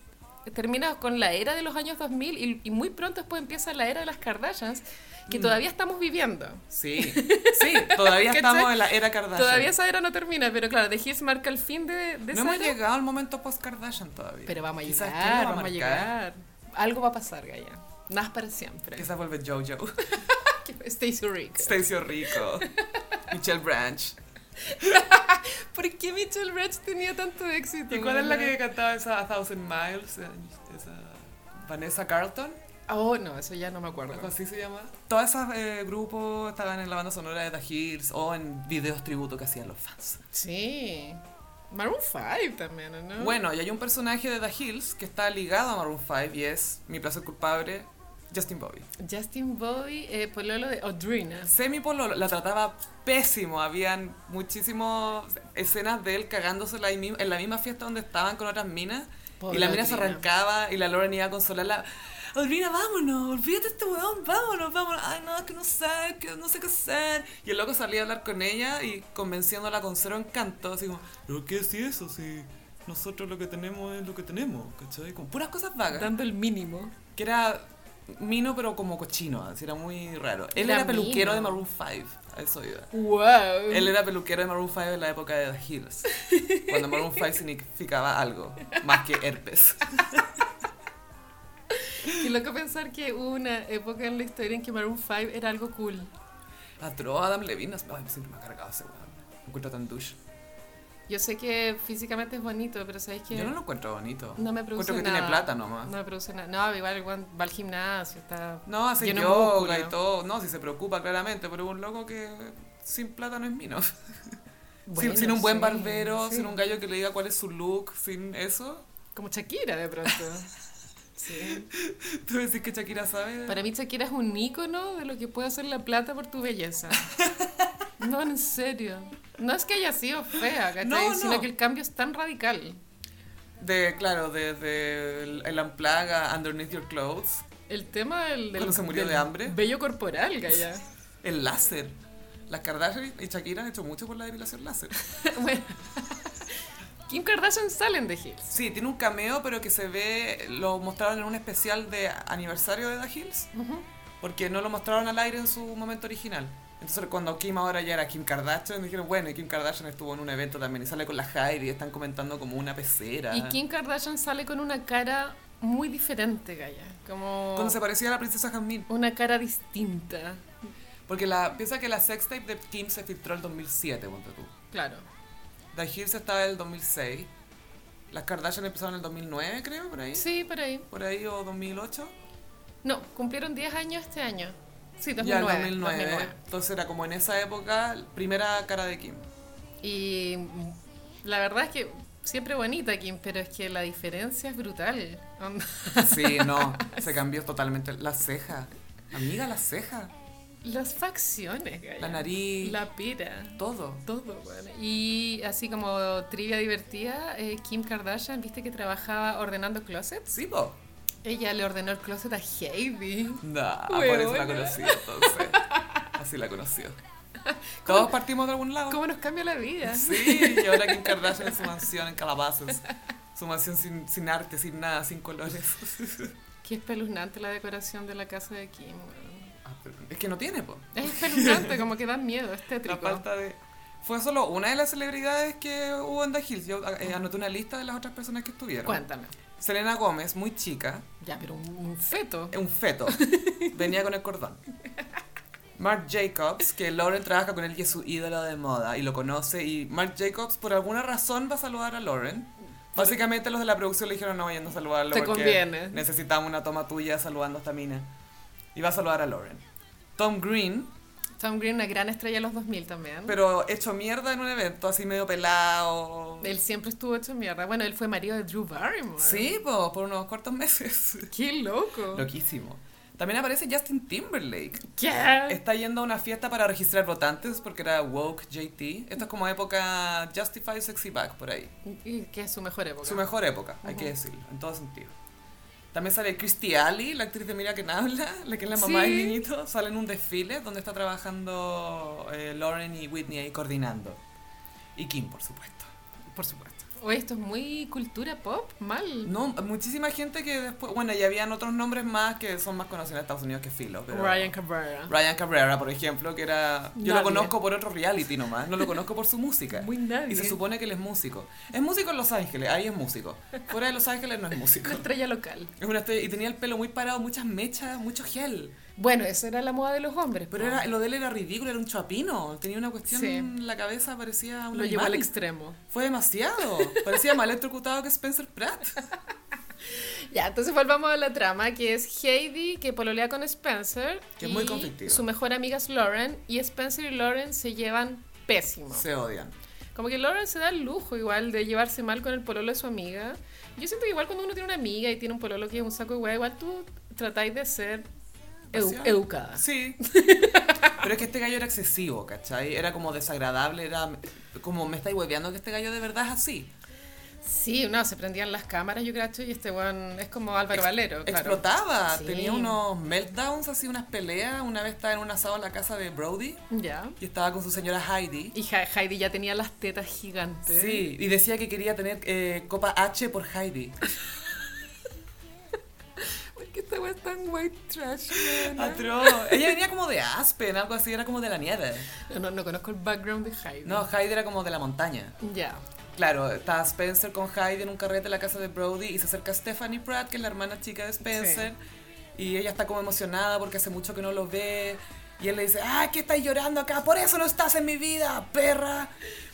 termina con la era de los años 2000 y, y muy pronto después empieza la era de las Kardashians,
Mm.
que todavía estamos viviendo.
Sí, sí, (laughs) todavía
¿Cachai?
estamos en la era Kardashian.
Todavía esa era no termina, pero claro, The Hills marca el fin de, de
no
esa
hemos
era.
llegado al momento post-Kardashian todavía.
Pero vamos a
Quizás
llegar,
quién lo va
vamos a
marcar.
llegar. Algo va a pasar, Gaya. Nada es para siempre. (laughs)
Quizás vuelve Jojo, (laughs)
Stacy Rick.
Stacio Rico, Michelle Branch.
¿Por qué Mitchell Branch tenía tanto éxito?
¿Y cuál es la
weona?
que cantaba esa A Thousand Miles? eh, Esa Vanessa Carlton,
Oh, no, eso ya no me acuerdo.
algo así se llama. Todos esos eh, grupos estaban en la banda sonora de The Hills o en videos tributo que hacían los fans.
Sí. Maroon 5 también, ¿o ¿no?
Bueno, y hay un personaje de The Hills que está ligado a Maroon 5 y es mi placer culpable, Justin Bobby.
Ah. Justin Bobby, eh, pololo de Audrina.
Semi Polo la trataba pésimo, habían muchísimas escenas de él cagándose la- en la misma fiesta donde estaban con otras minas.
Pobre
y la mina se
Audrina.
arrancaba y la Lauren iba a consolarla. Olvina, vámonos, olvídate de este weón, vámonos, vámonos. Ay, no, es que no sé, que no sé qué hacer. Y el loco salía a hablar con ella y convenciéndola con cero encanto, así como, ¿pero qué es eso? Si nosotros lo que tenemos es lo que tenemos, ¿cachai? Con puras cosas vagas
Dando el mínimo.
que era Mino pero como cochino, así era muy raro. Él
Era
era peluquero
Mino. Mm.
de Maroon 5, a eso iba. (laughs)
¡Wow!
Él era peluquero de Maroon 5 en la época de The Hills, cuando Maroon 5 significaba algo más que herpes.
Qué loco pensar que hubo una época en la historia en que Maroon 5 era algo cool.
Atroz Adam Levine, no sé, ay, siempre me ha cargado ese weón. Lo encuentro tan douche.
Yo sé que físicamente es bonito, pero ¿sabes qué?
Yo no lo encuentro bonito.
No me produce
encuentro que tiene
nada.
plata nomás.
No me produce nada. No, igual el weón va al gimnasio, está...
No, hace
Lleno de
yoga
músculo.
y todo. No, si se preocupa claramente, pero es un loco que (laughs) sin plata no es Mino. sin, sin un buen
sí,
barbero,
sí.
sin un gallo que le diga cuál es su look, sin eso. (laughs)
Como Shakira, de pronto. sí.
¿Tú decís que Shakira sabe?
Para mí Shakira es un ícono de lo que puede hacer la plata por
(laughs)
tu belleza. No, en serio. No es que haya sido fea, ¿cachai?
No, no.
Sino que el cambio es tan radical.
De, claro, desde el, el Unplugged a Underneath Your Clothes,
El tema del... del
Cuando se murió
del
de hambre.
Bello corporal, calla.
(laughs) el láser. Las Kardashian y Shakira han hecho mucho por la depilación láser.
bueno. Kim Kardashian salen de Hills.
Sí, tiene un cameo, pero que se ve, lo mostraron en un especial de aniversario de The Hills, porque no lo mostraron al aire en su momento original. Entonces cuando Kim ahora ya era Kim Kardashian, dijeron, bueno, y Kim Kardashian estuvo en un evento también y sale con la Heidi y están comentando como una pecera.
Y Kim Kardashian sale con una cara muy diferente, Gaya. Como
Cuando se parecía a la princesa Jasmine.
una cara distinta.
Porque la, piensa que la sextape de Kim se filtró el 2007, ponte tú.
Claro.
The Hills estaba en el 2006. Las Kardashian empezaron en el 2009, creo, por ahí.
Sí, por ahí.
Por ahí, o 2008.
No, cumplieron 10 años este año. Sí, 2009.
ya, 2009.
2009.
Entonces era como en esa época, la primera cara de Kim.
Y mm, la verdad es que siempre bonita Kim, pero es que la diferencia es brutal. (laughs) Onda,
Sí, (laughs) no, se cambió totalmente. La ceja. Amiga, la ceja.
Las facciones, gaya.
La nariz.
La pira.
Todo.
Todo, bueno. Y así como trivia divertida, eh, Kim Kardashian, viste que trabajaba ordenando closets.
Sí, po.
Ella le ordenó el closet a Heidi.
Nah, por eso la
Huevona.
conocí, entonces. Así la conoció. Todos partimos de algún lado.
¿Cómo nos cambia la vida?
Sí, y ahora Kim Kardashian en su mansión en Calabazas. Su mansión sin, sin arte, sin nada, sin colores. (laughs)
Qué espeluznante la decoración de la casa de Kim. weón.
Ah, pero Es que no tiene, po.
Es espeluznante, como que da miedo, es
La
tétrico.
falta de... Fue solo una de las celebridades que hubo en The Hills. Yo eh, anoté una lista de las otras personas que estuvieron.
Cuéntame.
Selena Gómez, muy chica,
Ya, pero un, un feto.
un feto.
(laughs)
Venía con el cordón. Marc Jacobs, que Lauren trabaja con él y es su ídolo de moda y lo conoce. Y Marc Jacobs, por alguna razón, va a saludar a Lauren. Básicamente los de la producción le dijeron, no, vayan a saludarlo.
Te
porque
conviene.
Necesitamos una toma tuya saludando a esta mina. Y va a saludar a Lauren. Tom Green,
Tom Green, una gran estrella de los 2000 también.
pero hecho mierda en un evento, así medio pelado.
él siempre estuvo hecho mierda. Bueno, él fue marido de Drew Barrymore.
Sí, po, por unos cortos meses.
Qué loco.
(laughs) Loquísimo. También aparece Justin Timberlake.
¿Qué?
Está yendo a una fiesta para registrar votantes porque era woke JT. Esto es como época Justify Sexy Back por ahí.
Y Que es su mejor época.
Su mejor época, hay que
Ujú.
decirlo, en todo sentido. También sale Christy Ali, la actriz de Mira que habla, (laughs) la que es la mamá
Sí.
del niñito, sale en un desfile donde está trabajando eh, Lauren y Whitney ahí coordinando. Y Kim, por supuesto. Por supuesto.
Oye, esto es muy cultura pop, mal.
No, muchísima gente que después, bueno, ya habían otros nombres más que son más conocidos en Estados Unidos que Philo. Pero
Ryan Cabrera.
Ryan Cabrera, por ejemplo, que era... Yo
Nadie.
lo conozco por otro reality nomás, no lo conozco por su música.
Muy nadie.
Y se supone que él es músico. Es músico en Los Ángeles, ahí es músico. Fuera de Los Ángeles no es músico.
(laughs) Una estrella local.
Es una estrella- y tenía el pelo muy parado, muchas mechas, mucho gel.
Bueno, esa era la moda de los hombres.
Pero
po.
era, lo de él era ridículo, era un chapino. Tenía una cuestión
Sí.
en la cabeza, parecía un
lo llevó al
animal.
extremo.
Fue demasiado. Parecía más electrocutado que Spencer Pratt.
Ya, entonces volvamos a la trama, que es Heidi que pololea con Spencer.
Que es
y
muy conflictiva.
Su mejor amiga es Lauren y Spencer y Lauren se llevan pésimo.
Se odian.
Como que Lauren se da el lujo igual de llevarse mal con el pololo de su amiga. Yo siento que igual cuando uno tiene una amiga y tiene un pololo que es un saco de hueá, igual tú tratáis de ser edu-
Parcial.
educada.
Sí. Pero es que este gallo era excesivo, ¿cachai? Era como desagradable, era como me estáis hueveando que este gallo de verdad es así.
Sí, no, se prendían las cámaras, yo creo, y este weón es como Álvaro Valero, claro.
Explotaba,
Sí.
tenía unos meltdowns, así unas peleas. Una vez estaba en un asado en la casa de Brody
Ya.
y estaba con su señora Heidi.
Y Ha- Heidi ya tenía las tetas gigantes.
Sí, y decía que quería tener eh, copa H por Heidi.
Porque esta weá es tan white trash, weona.
Atroz. Ella venía como de Aspen, algo así, era como de la nieve.
No, no, no conozco el background de Heidi.
No, Heidi era como de la montaña.
Ya.
Claro, está Spencer con Heidi en un carrete en la casa de Brody y se acerca Stephanie Pratt, que es la hermana chica de Spencer. Y ella está como emocionada porque hace mucho que no lo ve. Y él le dice, ah, ¿qué estás llorando acá? Por eso no estás en mi vida, perra.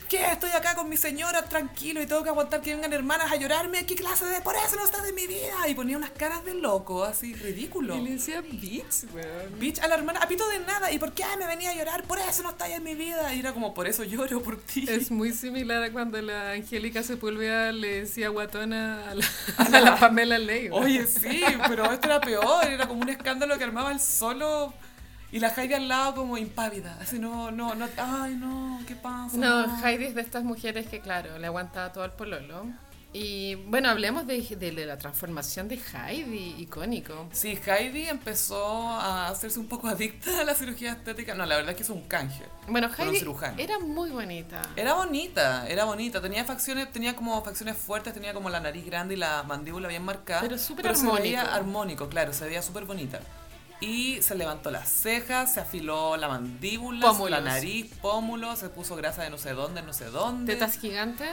¿Qué? Estoy acá con mi señora, tranquilo, y tengo que aguantar que vengan hermanas a llorarme. ¿Qué clase de... Por eso no estás en mi vida? Y ponía unas caras de loco, así, ridículo.
Y le decía bitch, weón.
Bitch, a la hermana, a pito de nada. ¿Y por qué Ay, me venía a llorar? Por eso no estás en mi vida. Y era como, por eso lloro por ti. (laughs)
Es muy similar a cuando la Angélica Sepúlveda le decía guatona a la,
(laughs) A la-
(laughs) a la Pamela Ley. weón.
Oye, sí, pero esto era peor. Era como un escándalo que armaba el solo. Y la Heidi al lado como impávida. Así, no, no, no. Ay, no, ¿qué pasa?
No, Heidi es de estas mujeres que, claro, le aguantaba todo al pololo. Y bueno, hablemos de, de- de la transformación de Heidi, icónico.
Sí, Heidi empezó a hacerse un poco adicta a la cirugía estética. No, la verdad es que es un canje.
Bueno,
Por un
Heidi
cirujano.
era muy bonita.
Era bonita, era bonita. Tenía facciones, tenía como facciones fuertes, tenía como la nariz grande y la mandíbula bien marcada.
Pero súper
se veía
armónico.
armónico, claro, se veía súper bonita. Y se levantó las cejas, se afiló la mandíbula,
Pómulos.
la nariz, pómulos, se puso grasa de no sé dónde, no sé dónde.
Tetas gigantes.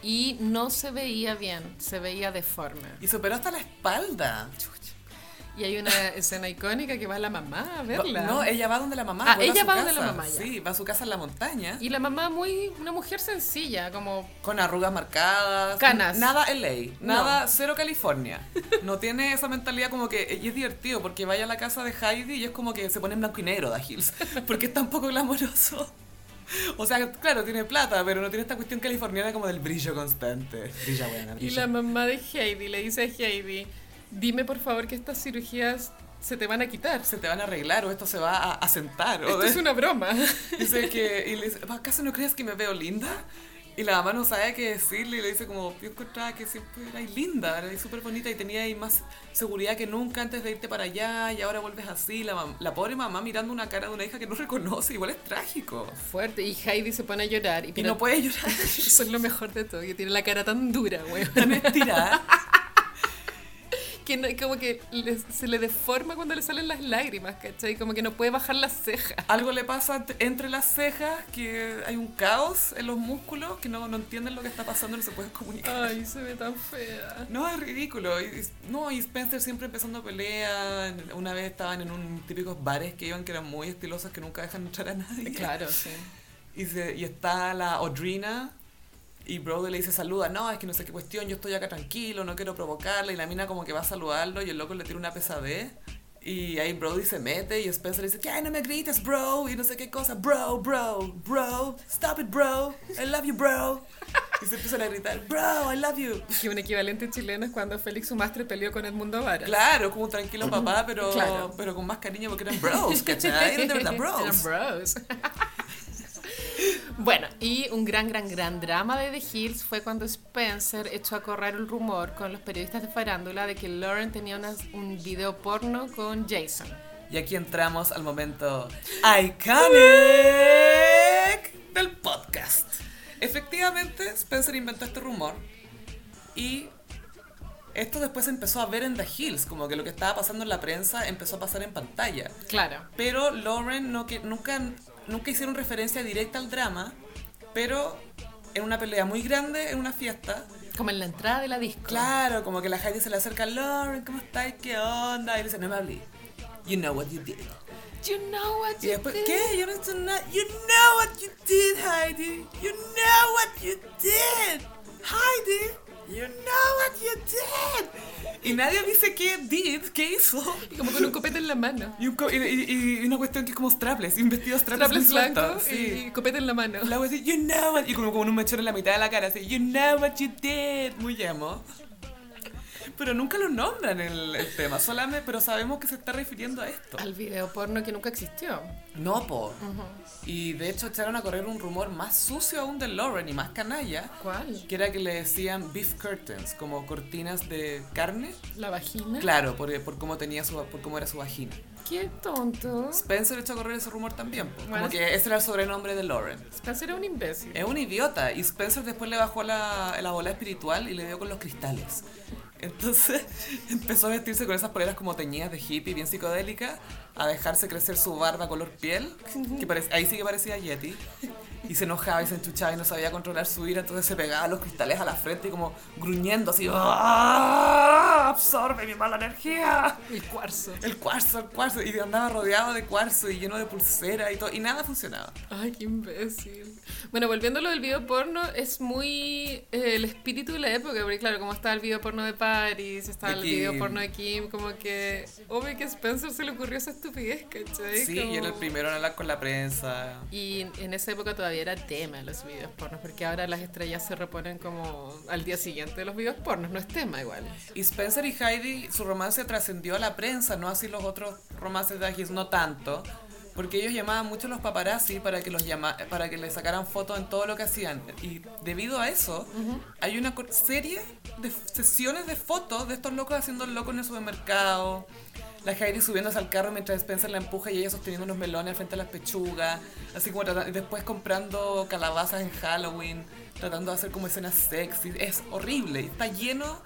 Y no se veía bien, se veía deforme.
Y se operó hasta la espalda.
Y hay una escena icónica que va la mamá a verla.
Va- No, ella va donde la mamá.
Ah,
vuelve a
ella
su
va donde
casa.
la mamá, ya.
Sí, va a su casa en la montaña.
Y la mamá muy una mujer sencilla, como
Con arrugas marcadas.
Canas.
Nada LA.
No.
Nada cero California. No tiene esa mentalidad como que. Y es divertido porque vaya a la casa de Heidi y es como que se pone en blanco y negro Da Hills. (laughs) Porque es tan poco glamoroso. O sea, claro, tiene plata, pero no tiene esta cuestión californiana como del brillo constante. Brilla buena,
y
brilla.
la mamá de Heidi le dice a Heidi, "Dime por favor que estas cirugías se te van a quitar.
Se te van a arreglar o esto se va a asentar. o
Esto
de-
es una broma." (laughs)
Dice que, y le dice, ¿acaso no crees que me veo linda? Y la mamá no sabe qué decirle y le dice como, yo encontraba que siempre eras linda, eras súper bonita y tenías más seguridad que nunca antes de irte para allá y ahora vuelves así. La, mam- la pobre mamá mirando una cara de una hija que no reconoce, igual es trágico.
Fuerte y Heidi se pone a llorar y,
Y no puede llorar,
(laughs)
(laughs)
eso es lo mejor de todo, que tiene la cara tan dura, güey.
tan estirada.
(laughs) Que no- como que le- se le deforma cuando le salen las lágrimas, ¿cachai? Como que no puede bajar las cejas.
Algo le pasa ent- entre las cejas, que hay un caos en los músculos, que no, no entienden lo que está pasando, no se pueden comunicar.
Ay, se ve tan fea.
No, es ridículo. Y- y- No, y Spencer siempre empezando pelea. Una vez estaban en un típicos bares que iban que eran muy estilosos que nunca dejan entrar a nadie.
Claro, sí.
Y, se- y está la Odrina y Brody le dice saluda. No, es que no sé qué cuestión, yo estoy acá tranquilo, no quiero provocarle. Y la mina como que va a saludarlo y el loco le tira una pesadez. Y ahí Brody se mete y Spencer le dice, que no me grites, bro, y no sé qué cosa, bro, bro, bro, stop it, bro, I love you, bro. Y se empiezan a gritar, bro, I love you.
Que un equivalente chileno es cuando Félix Umastre peleó con Edmundo Vara.
Claro, como un tranquilo papá, pero,
Claro.
pero con más cariño porque eran
(laughs)
bros, ¿cachai? (laughs) Eran de verdad bros.
Eran bros. (laughs) Bueno, y un gran, gran, gran drama de The Hills fue cuando Spencer echó a correr el rumor con los periodistas de farándula de que Lauren tenía unas- un video porno con Jason.
Y aquí entramos al momento iconic del podcast. Efectivamente, Spencer inventó este rumor y esto después se empezó a ver en The Hills, como que lo que estaba pasando en la prensa empezó a pasar en pantalla.
Claro.
Pero Lauren no, que, nunca, nunca hicieron referencia directa al drama, pero en una pelea muy grande, en una fiesta,
Como en la entrada de la disco.
Claro, como que la Heidi se le acerca a Lauren, ¿cómo estás? ¿Qué onda? Y le dice, no me hablé. You know what you did.
You know what
Y
you
después,
did.
¿qué? Yo no hice nada. You know what you did, Heidi. You know what you did. Heidi, you know what you did. Y nadie dice qué did, qué hizo.
Y como con un copete en la
(laughs)
mano.
Y, un co- y- y- y una cuestión que es como strapless, y un vestido strapless,
Trables
muy suelto,
blanco
sí.
y copete en la mano.
La wea así, you know what. Y como con un mechón en la mitad de la cara, así, you know what you did. Muy emo. Pero nunca lo nombran el, el tema, solamente, pero sabemos que se está refiriendo a esto.
Al Ah. video porno que nunca existió.
No, po. Y de hecho echaron a correr un rumor más sucio aún de Lauren y más canalla,
¿Cuál?
que era que le decían beef curtains, como cortinas de carne.
¿La vagina?
Claro, por, por cómo tenía su, por cómo era su vagina.
Qué tonto.
Spencer echó a correr ese rumor también, po. como
Bueno,
que ese era el sobrenombre de Lauren.
Spencer era un imbécil.
Es un idiota. Y Spencer después le bajó la, la bola espiritual y le dio con los cristales. Entonces (laughs) empezó a vestirse con esas poleras como teñidas de hippie, bien psicodélica, a dejarse crecer su barba color piel, que parec- ahí sí que parecía Yeti, y se enojaba y se enchuchaba y no sabía controlar su ira, entonces se pegaba los cristales a la frente y como gruñendo así, "¡Ah! absorbe mi mala energía.
El cuarzo.
El cuarzo, el cuarzo, y andaba rodeado de cuarzo y lleno de pulsera y todo, y nada funcionaba.
Ay, qué imbécil. Bueno, volviendo a lo del video porno, es muy eh, el espíritu de la época, porque claro, como está el video porno de Paris, está
De
el
Kim.
video porno de Kim, como que obvio que a Spencer se le ocurrió esa estupidez, ¿cachai?
Sí, y era el
Como-
primero en hablar con la prensa.
Y en esa época todavía era tema los videos pornos, porque ahora las estrellas se reponen como al día siguiente de los videos pornos, no es tema igual.
Y Spencer y Heidi, su romance trascendió a la prensa, no así los otros romances de Agis, no tanto. Porque ellos llamaban mucho a los paparazzi para que, los llama, para que les sacaran fotos en todo lo que hacían. Y debido a eso, hay una cor- serie de f- sesiones de fotos de estos locos haciendo el loco en el supermercado. La Heidi subiéndose al carro mientras Spencer la empuja y ella sosteniendo unos melones frente a las pechugas. Así como trata- y después comprando calabazas en Halloween, tratando de hacer como escenas sexy. Es horrible. Está lleno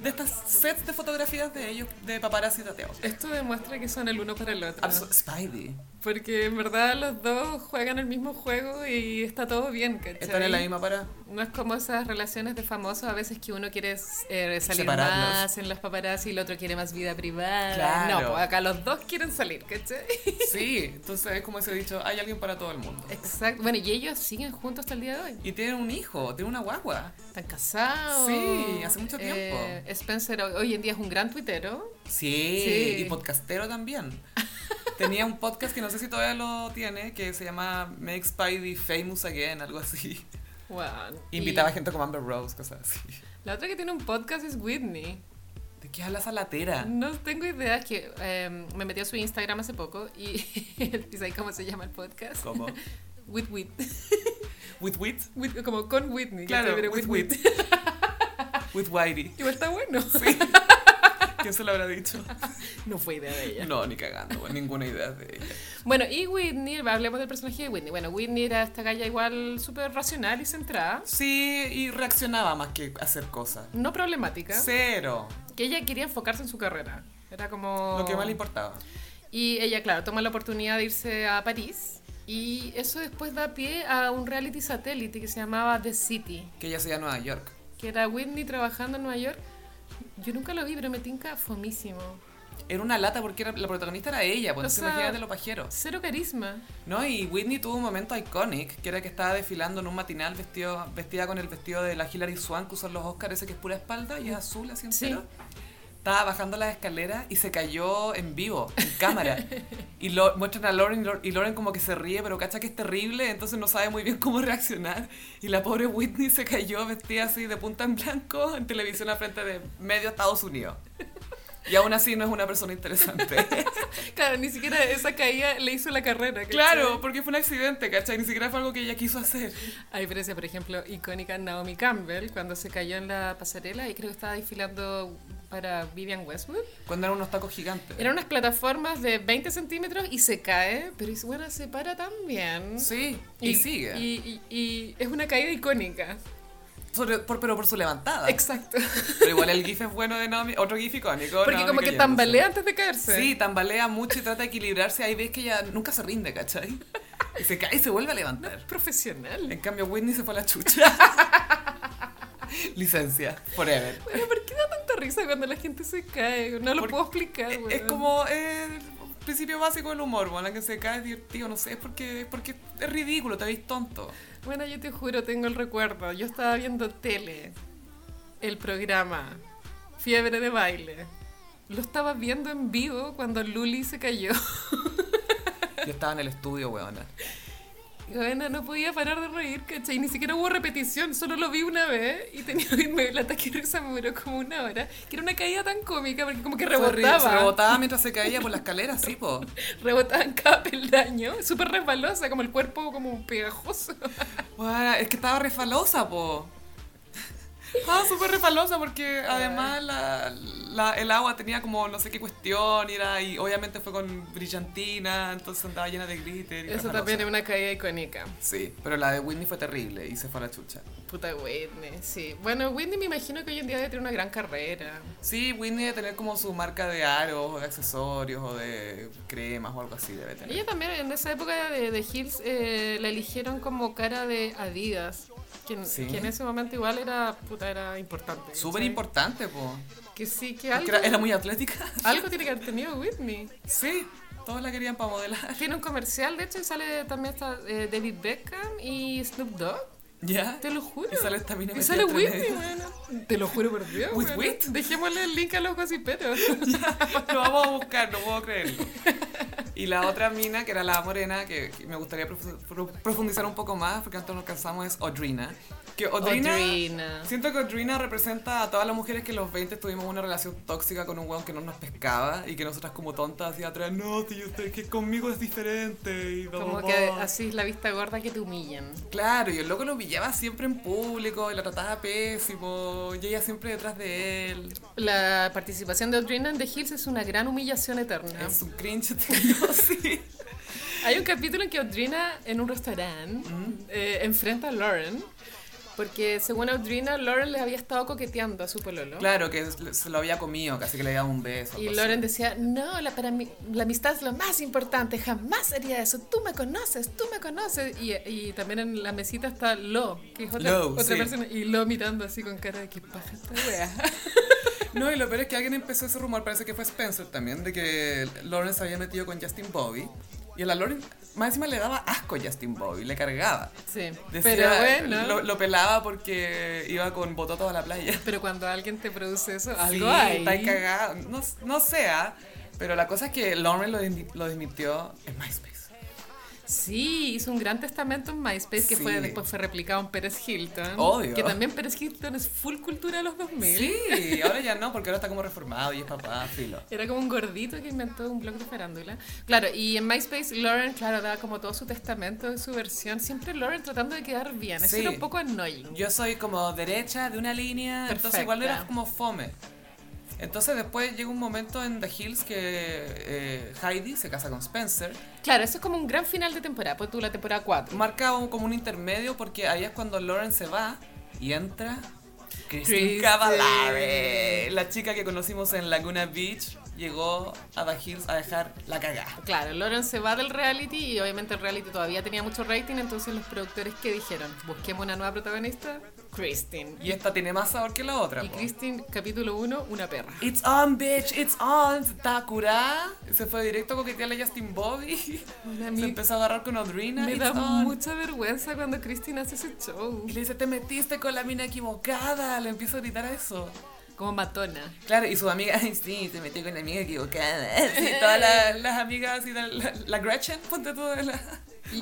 de estas sets de fotografías de ellos, de paparazzi tateados.
Esto demuestra que son el uno para el otro.
Abso- Ah, Spidey.
Porque en verdad los dos juegan el mismo juego y está todo bien, ¿cachai?
Están en la misma para.
No es como esas relaciones de famosos a veces que uno quiere eh, salir
Separarlos.
más en las paparazzi y el otro quiere más vida privada.
Claro.
No, pues acá los dos quieren salir, ¿cachai?
(laughs) Sí, entonces es como se ha dicho, hay alguien para todo el mundo.
Exacto. Bueno, y ellos siguen juntos hasta el día de hoy.
Y tienen un hijo, tienen una guagua.
Están casados.
Sí, hace mucho
Eh, Spencer hoy- hoy en día es un gran tuitero.
Sí,
Sí.
y podcastero también. (laughs) Tenía un podcast que no sé si todavía lo tiene, que se llama Make Spidey Famous Again, algo (laughs) así.
Wow.
Invitaba gente como Amber Rose, cosas así.
La otra que tiene un podcast es Whitney.
¿De qué hablas a la (laughs) tera?
No tengo idea, es que eh, me metí a su Instagram hace poco y (laughs) dice ahí cómo se llama el podcast.
Como,
With Whit. (laughs)
with wit,
With- como con Whitney.
claro,
¿cachai? Pero
with wit. (laughs) With (laughs) Whitey.
(laughs) Igual está bueno.
Sí. (laughs) ¿Quién se lo habrá dicho?
No fue idea de ella.
No, ni cagando, güey, ninguna idea de ella.
Bueno, y Whitney, hablemos del personaje de Whitney. Bueno, Whitney era esta galla igual súper racional y centrada,
Sí, y reaccionaba más que hacer cosas.
no problemática,
Cero.
que ella quería enfocarse en su carrera. Era como...
Lo que más le importaba.
Y ella, claro, toma la oportunidad de irse a París y eso después da pie a un reality satélite que se llamaba The City,
Que ella se iba a Nueva York.
que era Whitney trabajando en Nueva York. Yo nunca lo vi, pero me tinca fomísimo.
Era una lata porque era- la protagonista era ella, pues
O
entonces
sea-
imagínate lo pajero.
Cero carisma.
¿No? Y Whitney tuvo un momento icónico, que era que estaba desfilando en un matinal vestido, vestida con el vestido de la Hilary Swank, que usan los Oscars, ese que es pura espalda y es azul así
Sí.
entero. estaba bajando las escaleras y se cayó en vivo, en cámara. Y lo, muestran a Lauren y Lor- y Lauren como que se ríe, pero cacha que es terrible, entonces no sabe muy bien cómo reaccionar. Y la pobre Whitney se cayó vestida así de punta en blanco en televisión al frente de medio Estados Unidos. Y aún así no es una persona interesante.
Claro, ni siquiera esa caída le hizo la carrera. ¿cachai?
claro, porque fue un accidente, ¿cachai? Ni siquiera fue algo que ella quiso hacer.
A diferencia, por ejemplo, icónica Naomi Campbell, cuando se cayó en la pasarela y creo que estaba desfilando para Vivian Westwood.
Cuando eran unos tacos gigantes.
Eran unas plataformas de 20 centímetros y se cae, pero dice, bueno, se para también.
Sí, y, sigue.
Y, y- y es una caída icónica.
Sobre- por- pero por su levantada.
Exacto.
Pero igual el gif es bueno de Naomi, otro gif icónico.
(laughs) Porque
Naomi
como que
cayéndose.
tambalea antes de caerse.
Sí, tambalea mucho y trata de equilibrarse. Ahí ves que ella nunca se rinde, ¿cachai? Y se cae y se vuelve a levantar.
Profesional.
En cambio, Whitney se fue a la chucha. Licencia, forever.
Bueno, ¿por qué da tanta risa cuando la gente se cae? No lo
Porque
puedo explicar,
Es- Es
weón.
como eh, el principio básico del humor, bueno, la que se cae es divertido, no sé, es porque, es porque es ridículo, te veis tonto.
Bueno, yo te juro, tengo el recuerdo. Yo estaba viendo tele, el programa, Fiebre de Baile. Lo estaba viendo en vivo cuando Luli se cayó. (laughs)
Yo estaba en el estudio, weona.
Y Bueno, no podía parar de reír, ¿cachai? Ni siquiera hubo repetición, solo lo vi una vez y tenía (laughs) me- el ataque de risa, me duró como una hora. Que era una caída tan cómica porque como que
Se
rebotaba.
rebotaba mientras se caía por la escalera, sí, po.
Rebotaba en cada peldaño, súper resbalosa, como el cuerpo como pegajoso.
Guau, es que estaba refalosa, po. Estaba súper refalosa porque además la- la- el agua tenía como no sé qué cuestión y, era, y obviamente fue con brillantina, entonces andaba llena de glitter. y
Eso
refalosa.
también es una caída icónica.
Sí, pero la de Whitney fue terrible y se fue a la chucha.
Puta Whitney, sí. Bueno, Whitney me imagino que hoy en día debe tener una gran carrera.
Sí, Whitney debe tener como su marca de aros o de accesorios o de cremas o algo así debe tener.
Ella también en esa época de, de Hills eh, la eligieron como cara de Adidas, que, en-
Sí.
que en ese momento igual era, puta, era importante.
Súper
¿cachai?
importante, po.
Que sí, que
Porque
algo,
Era, era muy atlética.
algo tiene que haber tenido Whitney.
Sí, todos la querían para modelar. (laughs)
Tiene un comercial, de hecho, y sale también está, eh, David Beckham y Snoop Dogg.
¿Ya?
Te lo juro.
Y sale esta mina
Y
metida
sale
entre
Whitney,
medio.
bueno. Te lo juro por Dios.
With
bueno.
Whit?
Dejémosle el link a los gossiperos. pues.
Lo vamos a buscar, no puedo creerlo. Y la otra mina, que era la morena, que, que me gustaría profu- pro- profundizar un poco más, porque antes no alcanzamos, es Odrina. Que Odrina,
Audrina.
Siento que Odrina representa a todas las mujeres que en los 20 tuvimos una relación tóxica con un weón que no nos pescaba y que nosotras como tontas hacia atrás, no, tío, usted, que conmigo es diferente. Y bla, bla,
Como
bla".
que así es la vista gorda que te humillan.
Claro, y el loco lo pillaba siempre en público, y la trataba pésimo, y ella siempre detrás de él.
La participación de Audrina en The Hills es una gran humillación eterna.
Es un cringe, (laughs) eterno, sí.
Hay un capítulo en que Audrina en un restaurante eh, enfrenta a Lauren porque según Audrina, Lauren le había estado coqueteando a su pololo.
Claro, que es- se lo había comido, casi que le había dado un beso.
Y
algo
Lauren
así.
decía, no, la, para mí, la amistad es lo más importante, jamás haría eso, tú me conoces, tú me conoces. Y, y también en la mesita está Lo, que es otra,
Lo,
otra
sí.
persona, y Lo mirando así con cara de que paja esta wea.
No, y lo peor es que alguien empezó ese rumor, parece que fue Spencer también, de que Lauren se había metido con Justin Bobby. Y a la Lauren, más encima le daba asco a Justin Bobby, le cargaba.
Sí,
Decía-
pero bueno.
Lo, lo pelaba porque iba con bototos a la playa.
Pero cuando alguien te produce eso, algo
Sí,
hay.
Está cagado. No, no sea. Pero la cosa es que Lauren lo, desmi- lo desmintió en MySpace.
Sí, hizo un gran testamento en MySpace que fue,
Sí.
después fue replicado en Pérez Hilton.
Obvio.
Que también Pérez Hilton es full cultura de los 2000.
Sí, ahora ya no, porque ahora está como reformado y es papá, filo.
Era como un gordito que inventó un blog de farándula. Claro, y en MySpace Lauren, claro, daba como todo su testamento, su versión. Siempre Lauren tratando de quedar bien. Eso
Sí.
era un poco annoying.
Yo soy como derecha de una línea, entonces igual
Perfecta.
era como fome. Entonces después llega un momento en The Hills que eh, Heidi se casa con Spencer.
Claro, eso es como un gran final de temporada. Pues tú la temporada 4.
Marca un- como un intermedio porque ahí es cuando Lauren se va y entra Christine
Kristen.
Cavallari. La chica que conocimos en Laguna Beach llegó a The Hills a dejar la cagada.
Claro, Lauren se va del reality y obviamente el reality todavía tenía mucho rating, entonces los productores que dijeron, busquemos una nueva protagonista, Christine.
Y esta tiene más sabor que la otra.
Y
po.
Christine, capítulo 1, una perra.
It's on, bitch, it's on. Está curada. Se fue directo a coquetearle a Justin Bobby.
A
(laughs) Se
mí
empezó a agarrar con Audrina.
me
it's
da
on.
mucha vergüenza cuando Christine hace ese show.
Y le dice, te metiste con la mina equivocada. Le empieza a gritar eso.
Como matona.
Claro, y sus amigas, (laughs) ay, sí, se metió con la amiga equivocada. Sí, todas las, las amigas, así, la, la- la Gretchen, ponte todo de la (laughs)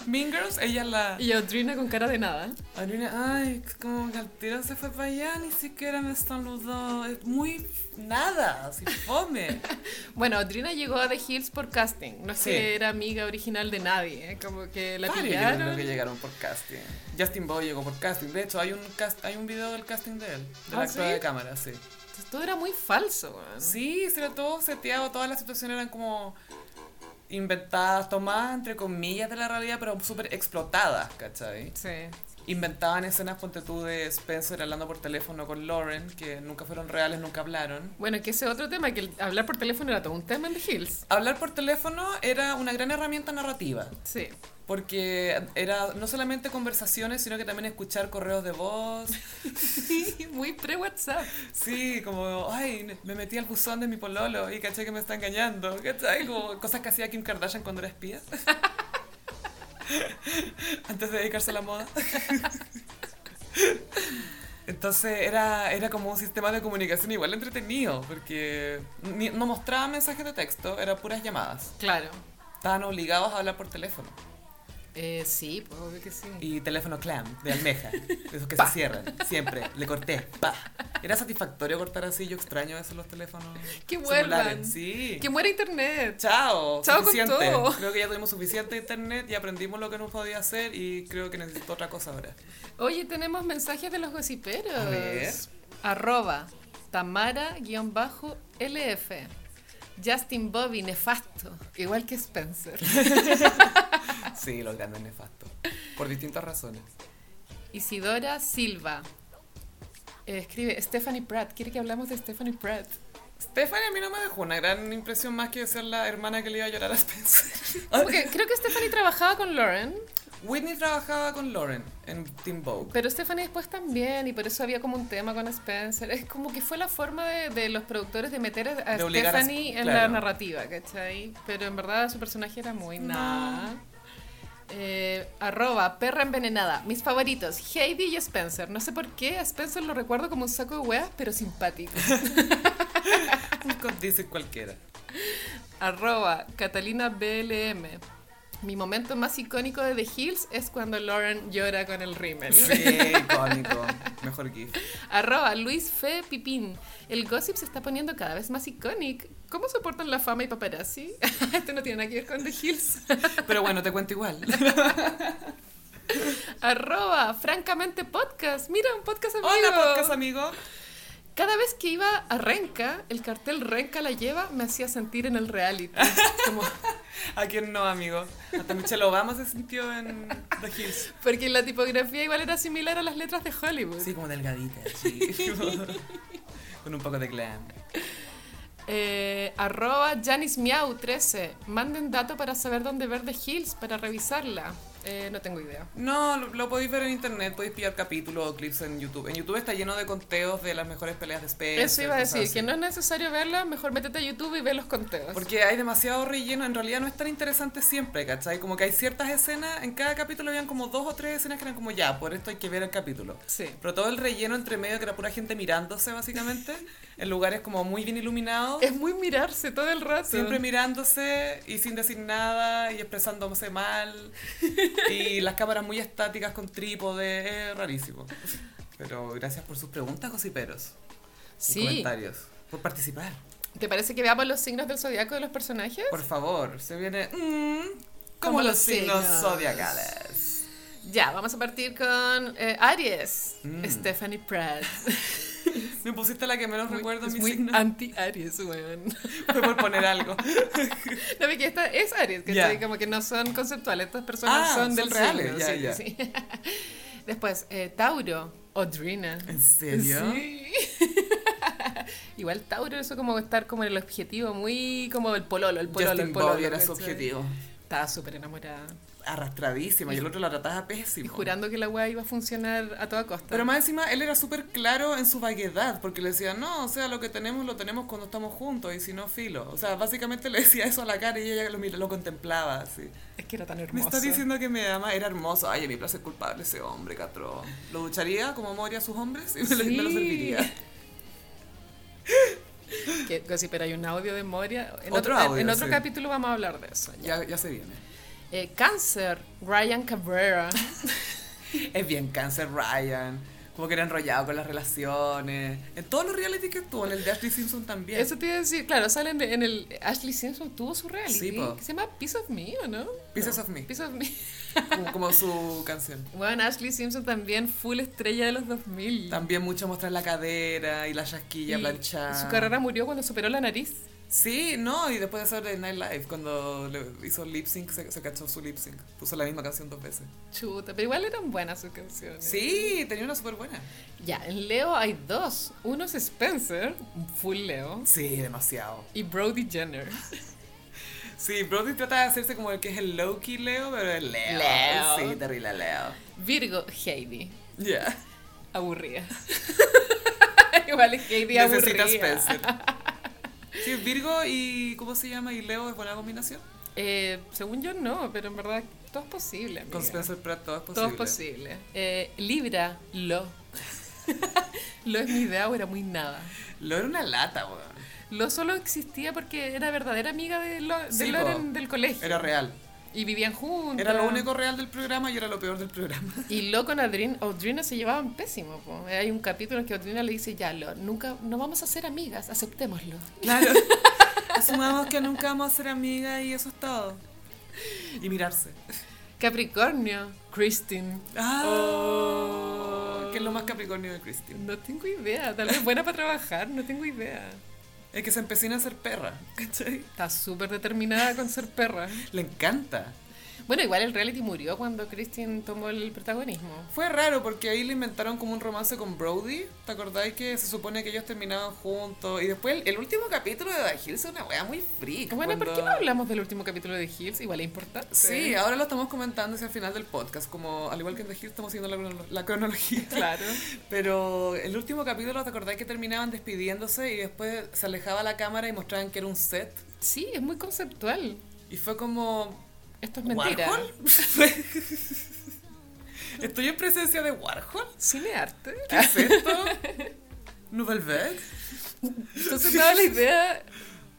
Mean Girls, ella es la...
Y Audrina con cara de nada.
Adriana, ay, como que al tiro se fue para allá, ni siquiera me saludó. Es muy nada, así fome.
Bueno, Audrina llegó a The Hills por casting. No es
Sí.
que era amiga original de nadie. ¿eh? Como que la
Varios yo creo que
pillaron.
llegaron por casting. Justin Bowie llegó por casting. De hecho, hay un, cast, hay un video del casting de él, de la
¿Ah,
actora
sí?
de cámara, sí.
Entonces, todo era muy falso. weón.
Sí, se era todo seteado, todas las situaciones eran como inventadas, tomadas entre comillas de la realidad, pero súper explotadas, ¿cachai?
Sí.
Inventaban escenas, ponte tú, de Spencer hablando por teléfono con Lauren, que nunca fueron reales, nunca hablaron.
Bueno, que ese otro tema, que el hablar por teléfono era todo un tema en The Hills.
Hablar por teléfono era una gran herramienta narrativa,
Sí.
porque era no solamente conversaciones, sino que también escuchar correos de voz.
Muy pre-WhatsApp.
Sí, como, ay, me metí al buzón de mi pololo y caché que me está engañando. ¿Cachai? Como cosas que hacía Kim Kardashian cuando era espía. (laughs) Antes de dedicarse a la moda. (laughs) Entonces era, era como un sistema de comunicación igual entretenido, porque ni- no mostraba mensajes de texto, eran puras llamadas.
Claro.
Estaban obligados a hablar por teléfono.
Eh, sí, pues obvio que sí.
Y teléfono clam, de almeja, de esos que
Pa.
se cierran, siempre. Le corté,
(laughs)
pa. Era satisfactorio cortar así, yo extraño eso los teléfonos.
Que
celulares.
vuelvan.
Sí.
Que muera internet.
Chao.
Chao con todo.
Creo que ya tuvimos suficiente internet y aprendimos lo que nos podía hacer y creo que necesito otra cosa ahora.
Oye, tenemos mensajes de los gossiperos.
A ver.
Arroba Tamara-LF. Justin Bobby, nefasto. Igual que Spencer.
Sí, los grandes nefastos. Por distintas razones.
Isidora Silva. Eh, escribe Stephanie Pratt. Quiere que hablamos de Stephanie Pratt.
Stephanie a mí no me dejó una gran impresión más que ser la hermana que le iba a llorar a Spencer. (laughs)
Porque creo que Stephanie trabajaba con Lauren,
Whitney trabajaba con Lauren en Team Vogue.
pero Stephanie después también, y por eso había como un tema con Spencer. Es como que fue la forma de, de los productores de meter a
De obligar a-
Stephanie en la
claro.
narrativa, ¿cachai? Pero en verdad su personaje era muy
No.
nada. Eh, arroba, perra envenenada. Mis favoritos, Heidi y Spencer. No sé por qué, a Spencer lo recuerdo como un saco de weas, pero simpático.
Dice cualquiera.
Arroba Catalina BLM. Mi momento más icónico de The Hills es cuando Lauren llora con el rímel.
Sí, icónico. Mejor GIF.
Arroba Luis Fe Pipín. El gossip se está poniendo cada vez más icónico. ¿Cómo soportan la fama y paparazzi? (laughs) Esto no tiene nada que ver con The Hills.
Pero bueno, te cuento igual.
Arroba Francamente Podcast. Mira, un podcast amigo.
Hola, podcast amigo.
Cada vez que iba a Renca, el cartel Renca la lleva me hacía sentir en el
(laughs)
reality. Como-
¿A quién no, amigo? Hasta Michelle Obama se sintió en The Hills.
porque la tipografía igual era similar a las letras de Hollywood.
Sí, como delgadita, sí. (laughs) Con un poco de glam.
Eh, arroba Janice Miau 13. Manden dato para saber dónde ver The Hills, para revisarla. Eh, no tengo idea.
No, lo, lo podéis ver en internet, podéis pillar capítulos o clips en YouTube. En YouTube está lleno de conteos de las mejores peleas de Spencer.
Eso iba a
cosas
decir,
así.
que no es necesario verla, mejor métete a YouTube y ve los conteos.
Porque hay demasiado relleno, en realidad no es tan interesante siempre, ¿cachai? Como que hay ciertas escenas, en cada capítulo habían como dos o tres escenas que eran como ya, por esto hay que ver el capítulo.
Sí.
Pero todo el relleno entre medio que era pura gente mirándose básicamente, en lugares como muy bien iluminados.
Es muy mirarse todo el rato.
Siempre mirándose y sin decir nada y expresándose mal.
(laughs)
Y las cámaras muy estáticas con trípode, es rarísimo. Pero gracias por sus preguntas, gossiperos. Y
sí.
comentarios. Por participar.
¿Te parece que veamos los signos del zodiaco de los personajes?
Por favor, se viene. mm, como
Como
los
los
signos
signos.
zodiacales.
Ya, vamos a partir con eh, Aries.
Mm.
Stephanie
(laughs)
Pratt.
Me pusiste la que menos recuerdo en
es
mi
muy
signo.
anti-Aries, weón.
(laughs)
(laughs)
Fue por poner algo.
No, porque esta es Aries, que
Ya.
como que no son conceptuales, estas personas
Ah,
son del
son reales,
signo,
ya,
sí,
ya.
sí. (laughs) Después, eh, Tauro, Odrina.
¿En serio?
Sí. (laughs) Igual Tauro, eso como estar como en el objetivo, muy como el pololo, el pololo, el
Justin
pololo.
Bobby era su
¿cachai?
objetivo.
Estaba súper enamorada
Arrastradísima. Y el otro la trataba pésimo.
y jurando que la weá iba a funcionar a toda costa.
Pero más encima, él era súper claro en su vaguedad, porque le decía, no, o sea, lo que tenemos lo tenemos cuando estamos juntos, y si no, filo. O sea, básicamente le decía eso a la cara y ella lo, mira- lo contemplaba así.
es que era tan hermoso.
Me está diciendo que me ama, era hermoso. Ay, a mi placer culpable ese hombre, catrón. Lo ducharía como moría a sus hombres y me, lo- me lo
Sí.
serviría.
Que, gossipera, hay un audio de Moria. En
Otro
otro,
audio,
en otro
sí.
capítulo vamos a hablar de eso. ya.
Ya, ya se viene.
Eh, cáncer, Ryan Cabrera.
Es bien cáncer Ryan. Como que era enrollado con las relaciones. En todos los reality que estuvo, en el de Ashley Simpson también.
Eso te iba a decir, claro, salen en el. Ashley Simpson tuvo su reality.
Sí, po.
que se llama Piece of Me, ¿o no?
Pieces
No,
of Me.
Piece of Me. (laughs)
Como, como su canción.
Bueno, Ashley Simpson también, full estrella de los 2000.
También mucho mostrar la cadera y la chasquilla
Y
planchada.
Su carrera murió cuando superó la nariz.
Sí, no, y después de hacer de Night Live, cuando le hizo lip sync, se, se cachó su lip sync. Puso la misma canción dos veces.
Chuta, pero igual eran buenas sus canciones.
Sí, tenía una súper buena.
Ya, en Leo hay dos. Uno es Spencer, full Leo,
Sí, demasiado.
y Brody Jenner.
Sí, Brody trata de hacerse como el que es el low-key Leo, pero el Leo.
Leo.
Sí, terrible Leo.
Virgo, Heidi,
Ya.
aburrida. (laughs) igual es Heidi
(laughs)
aburrida.
Necesita
(laughs)
Spencer. Sí, Virgo y ¿cómo se llama? Y Leo es buena combinación.
Eh, según yo no, pero en verdad todo es posible.
Con
amiga.
Spencer Pratt todo es
Todo
posible.
es posible. Eh, Libra, lo. (laughs) lo es mi idea o era muy nada.
Leo era una lata, weón.
Lo solo existía porque era verdadera amiga de, Lo- de
Sí, po.
Loren del colegio.
Era real.
Y vivían juntos.
Era lo único real del programa y era lo peor del programa.
Y Lo con Adrien, Audrina se llevaban pésimo. po. Hay un capítulo en que Audrina le dice, ya, Lo, nunca, no vamos a ser amigas, aceptémoslo.
(laughs) Claro. Asumamos que nunca vamos a ser amigas y eso es todo. Y mirarse.
Capricornio, Kristin.
Ah,
Oh.
Que es lo más capricornio de Christine.
No tengo idea, tal vez buena para trabajar, no tengo idea.
Es que se empecina a ser perra. ¿cachai?
Está súper determinada con ser perra.
Le encanta.
Bueno, igual el reality murió cuando Kristin tomó el protagonismo.
Fue raro porque ahí le inventaron como un romance con Brody. ¿Te acordáis que se supone que ellos terminaban juntos? Y después el, el último capítulo de The Hills es una wea muy freak.
Bueno, ¿por qué
cuando-
no hablamos del último capítulo de Hills? Igual es importante.
Sí, ah, ahora lo estamos comentando hacia el final del podcast. Como al igual que en The Hills estamos siguiendo la, crono- la cronología.
claro.
Pero el último capítulo, ¿te acordáis que terminaban despidiéndose y después se alejaba la cámara y mostraban que era un set?
Sí, es muy conceptual.
Y fue como...
Esto es mentira.
¿Warhol? (laughs) Estoy en presencia de Warhol.
Cine arte.
¿Qué es esto? Nouvelle Vague.
Entonces daba la idea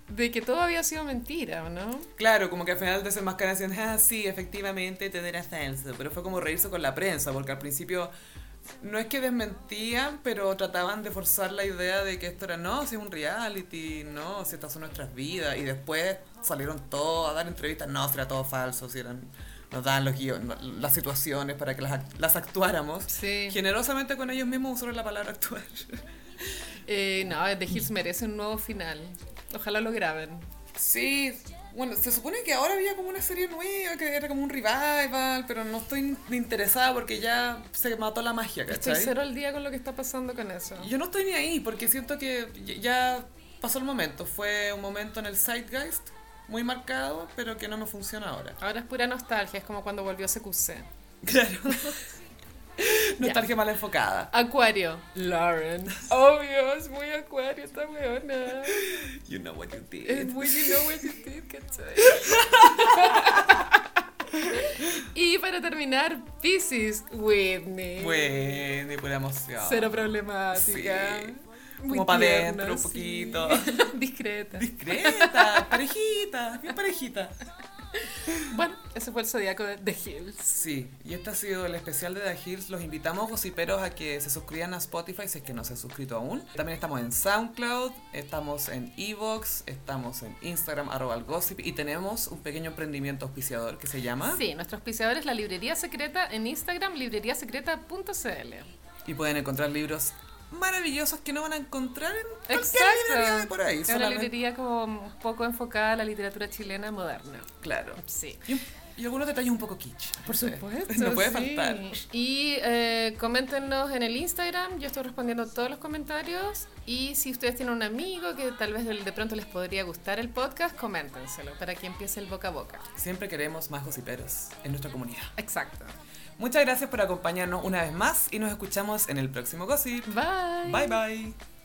de que todo había sido mentira, ¿o ¿no?
Claro, como que al final desenmascaran y decían, ah, sí, efectivamente, te era falso. Pero fue como reírse con la prensa, porque al principio no es que desmentían, pero trataban de forzar la idea de que esto era, no, si es un reality, no, si estas son nuestras vidas. Y después salieron todos a dar entrevistas, no, si era todo falso, si eran, nos dan los guiones, las situaciones para que las, act- las actuáramos.
Sí.
Generosamente con ellos mismos usaron la palabra actuar. (laughs)
Eh, no, The Hills merece un nuevo final. Ojalá lo graben.
Sí, bueno, se supone que ahora había como una serie nueva, que era como un revival, pero no estoy ni interesada porque ya se mató la magia,
Estoy
¿cachai?
cero al día con lo que está pasando con eso.
Yo no estoy ni ahí porque siento que y- ya pasó el momento. Fue un momento en el Zeitgeist muy marcado, pero que no me funciona
(laughs)
ahora.
Ahora es pura nostalgia, es como cuando volvió CQC.
(laughs) Claro. Nostalgia mal enfocada.
Acuario. Lauren. Obvio, es muy acuario esta weona.
You know what you did.
Es muy you know what you did, ¿cachai? y para terminar, Pisces, Whitney.
Bueno, y pura emoción.
Cero problemática.
Sí.
Muy
Como pa'
tierna,
dentro un
sí.
poquito.
(laughs) Discreta.
Discreta, (laughs) parejita, bien parejita.
Bueno, ese fue el zodiaco de The Hills.
Sí, y este ha sido el especial de The Hills. Los invitamos, gossiperos, a que se suscriban a Spotify si es que no se han suscrito aún. También estamos en SoundCloud, estamos en Evox, estamos en Instagram, arroba el gossip, y tenemos un pequeño emprendimiento auspiciador que se llama.
Sí, nuestro auspiciador es la Librería Secreta en Instagram, libreriasecreta.cl.
Y pueden encontrar libros maravillosos que no van a encontrar en cualquier
Exacto.
librería de por ahí.
Es una
solamente-
librería como un poco enfocada a la literatura chilena moderna.
Claro.
Sí.
Y, un- y algunos detalles un poco kitsch.
Por
Sí.
supuesto.
(laughs) No puede
sí.
faltar.
Y eh, coméntenos en el Instagram, yo estoy respondiendo todos los comentarios. Y si ustedes tienen un amigo que tal vez de pronto les podría gustar el podcast, coméntenselo para que empiece el boca a boca.
Siempre queremos más gossiperos en nuestra comunidad.
Exacto.
Muchas gracias por acompañarnos una vez más y nos escuchamos en el próximo Gossip.
Bye.
Bye bye.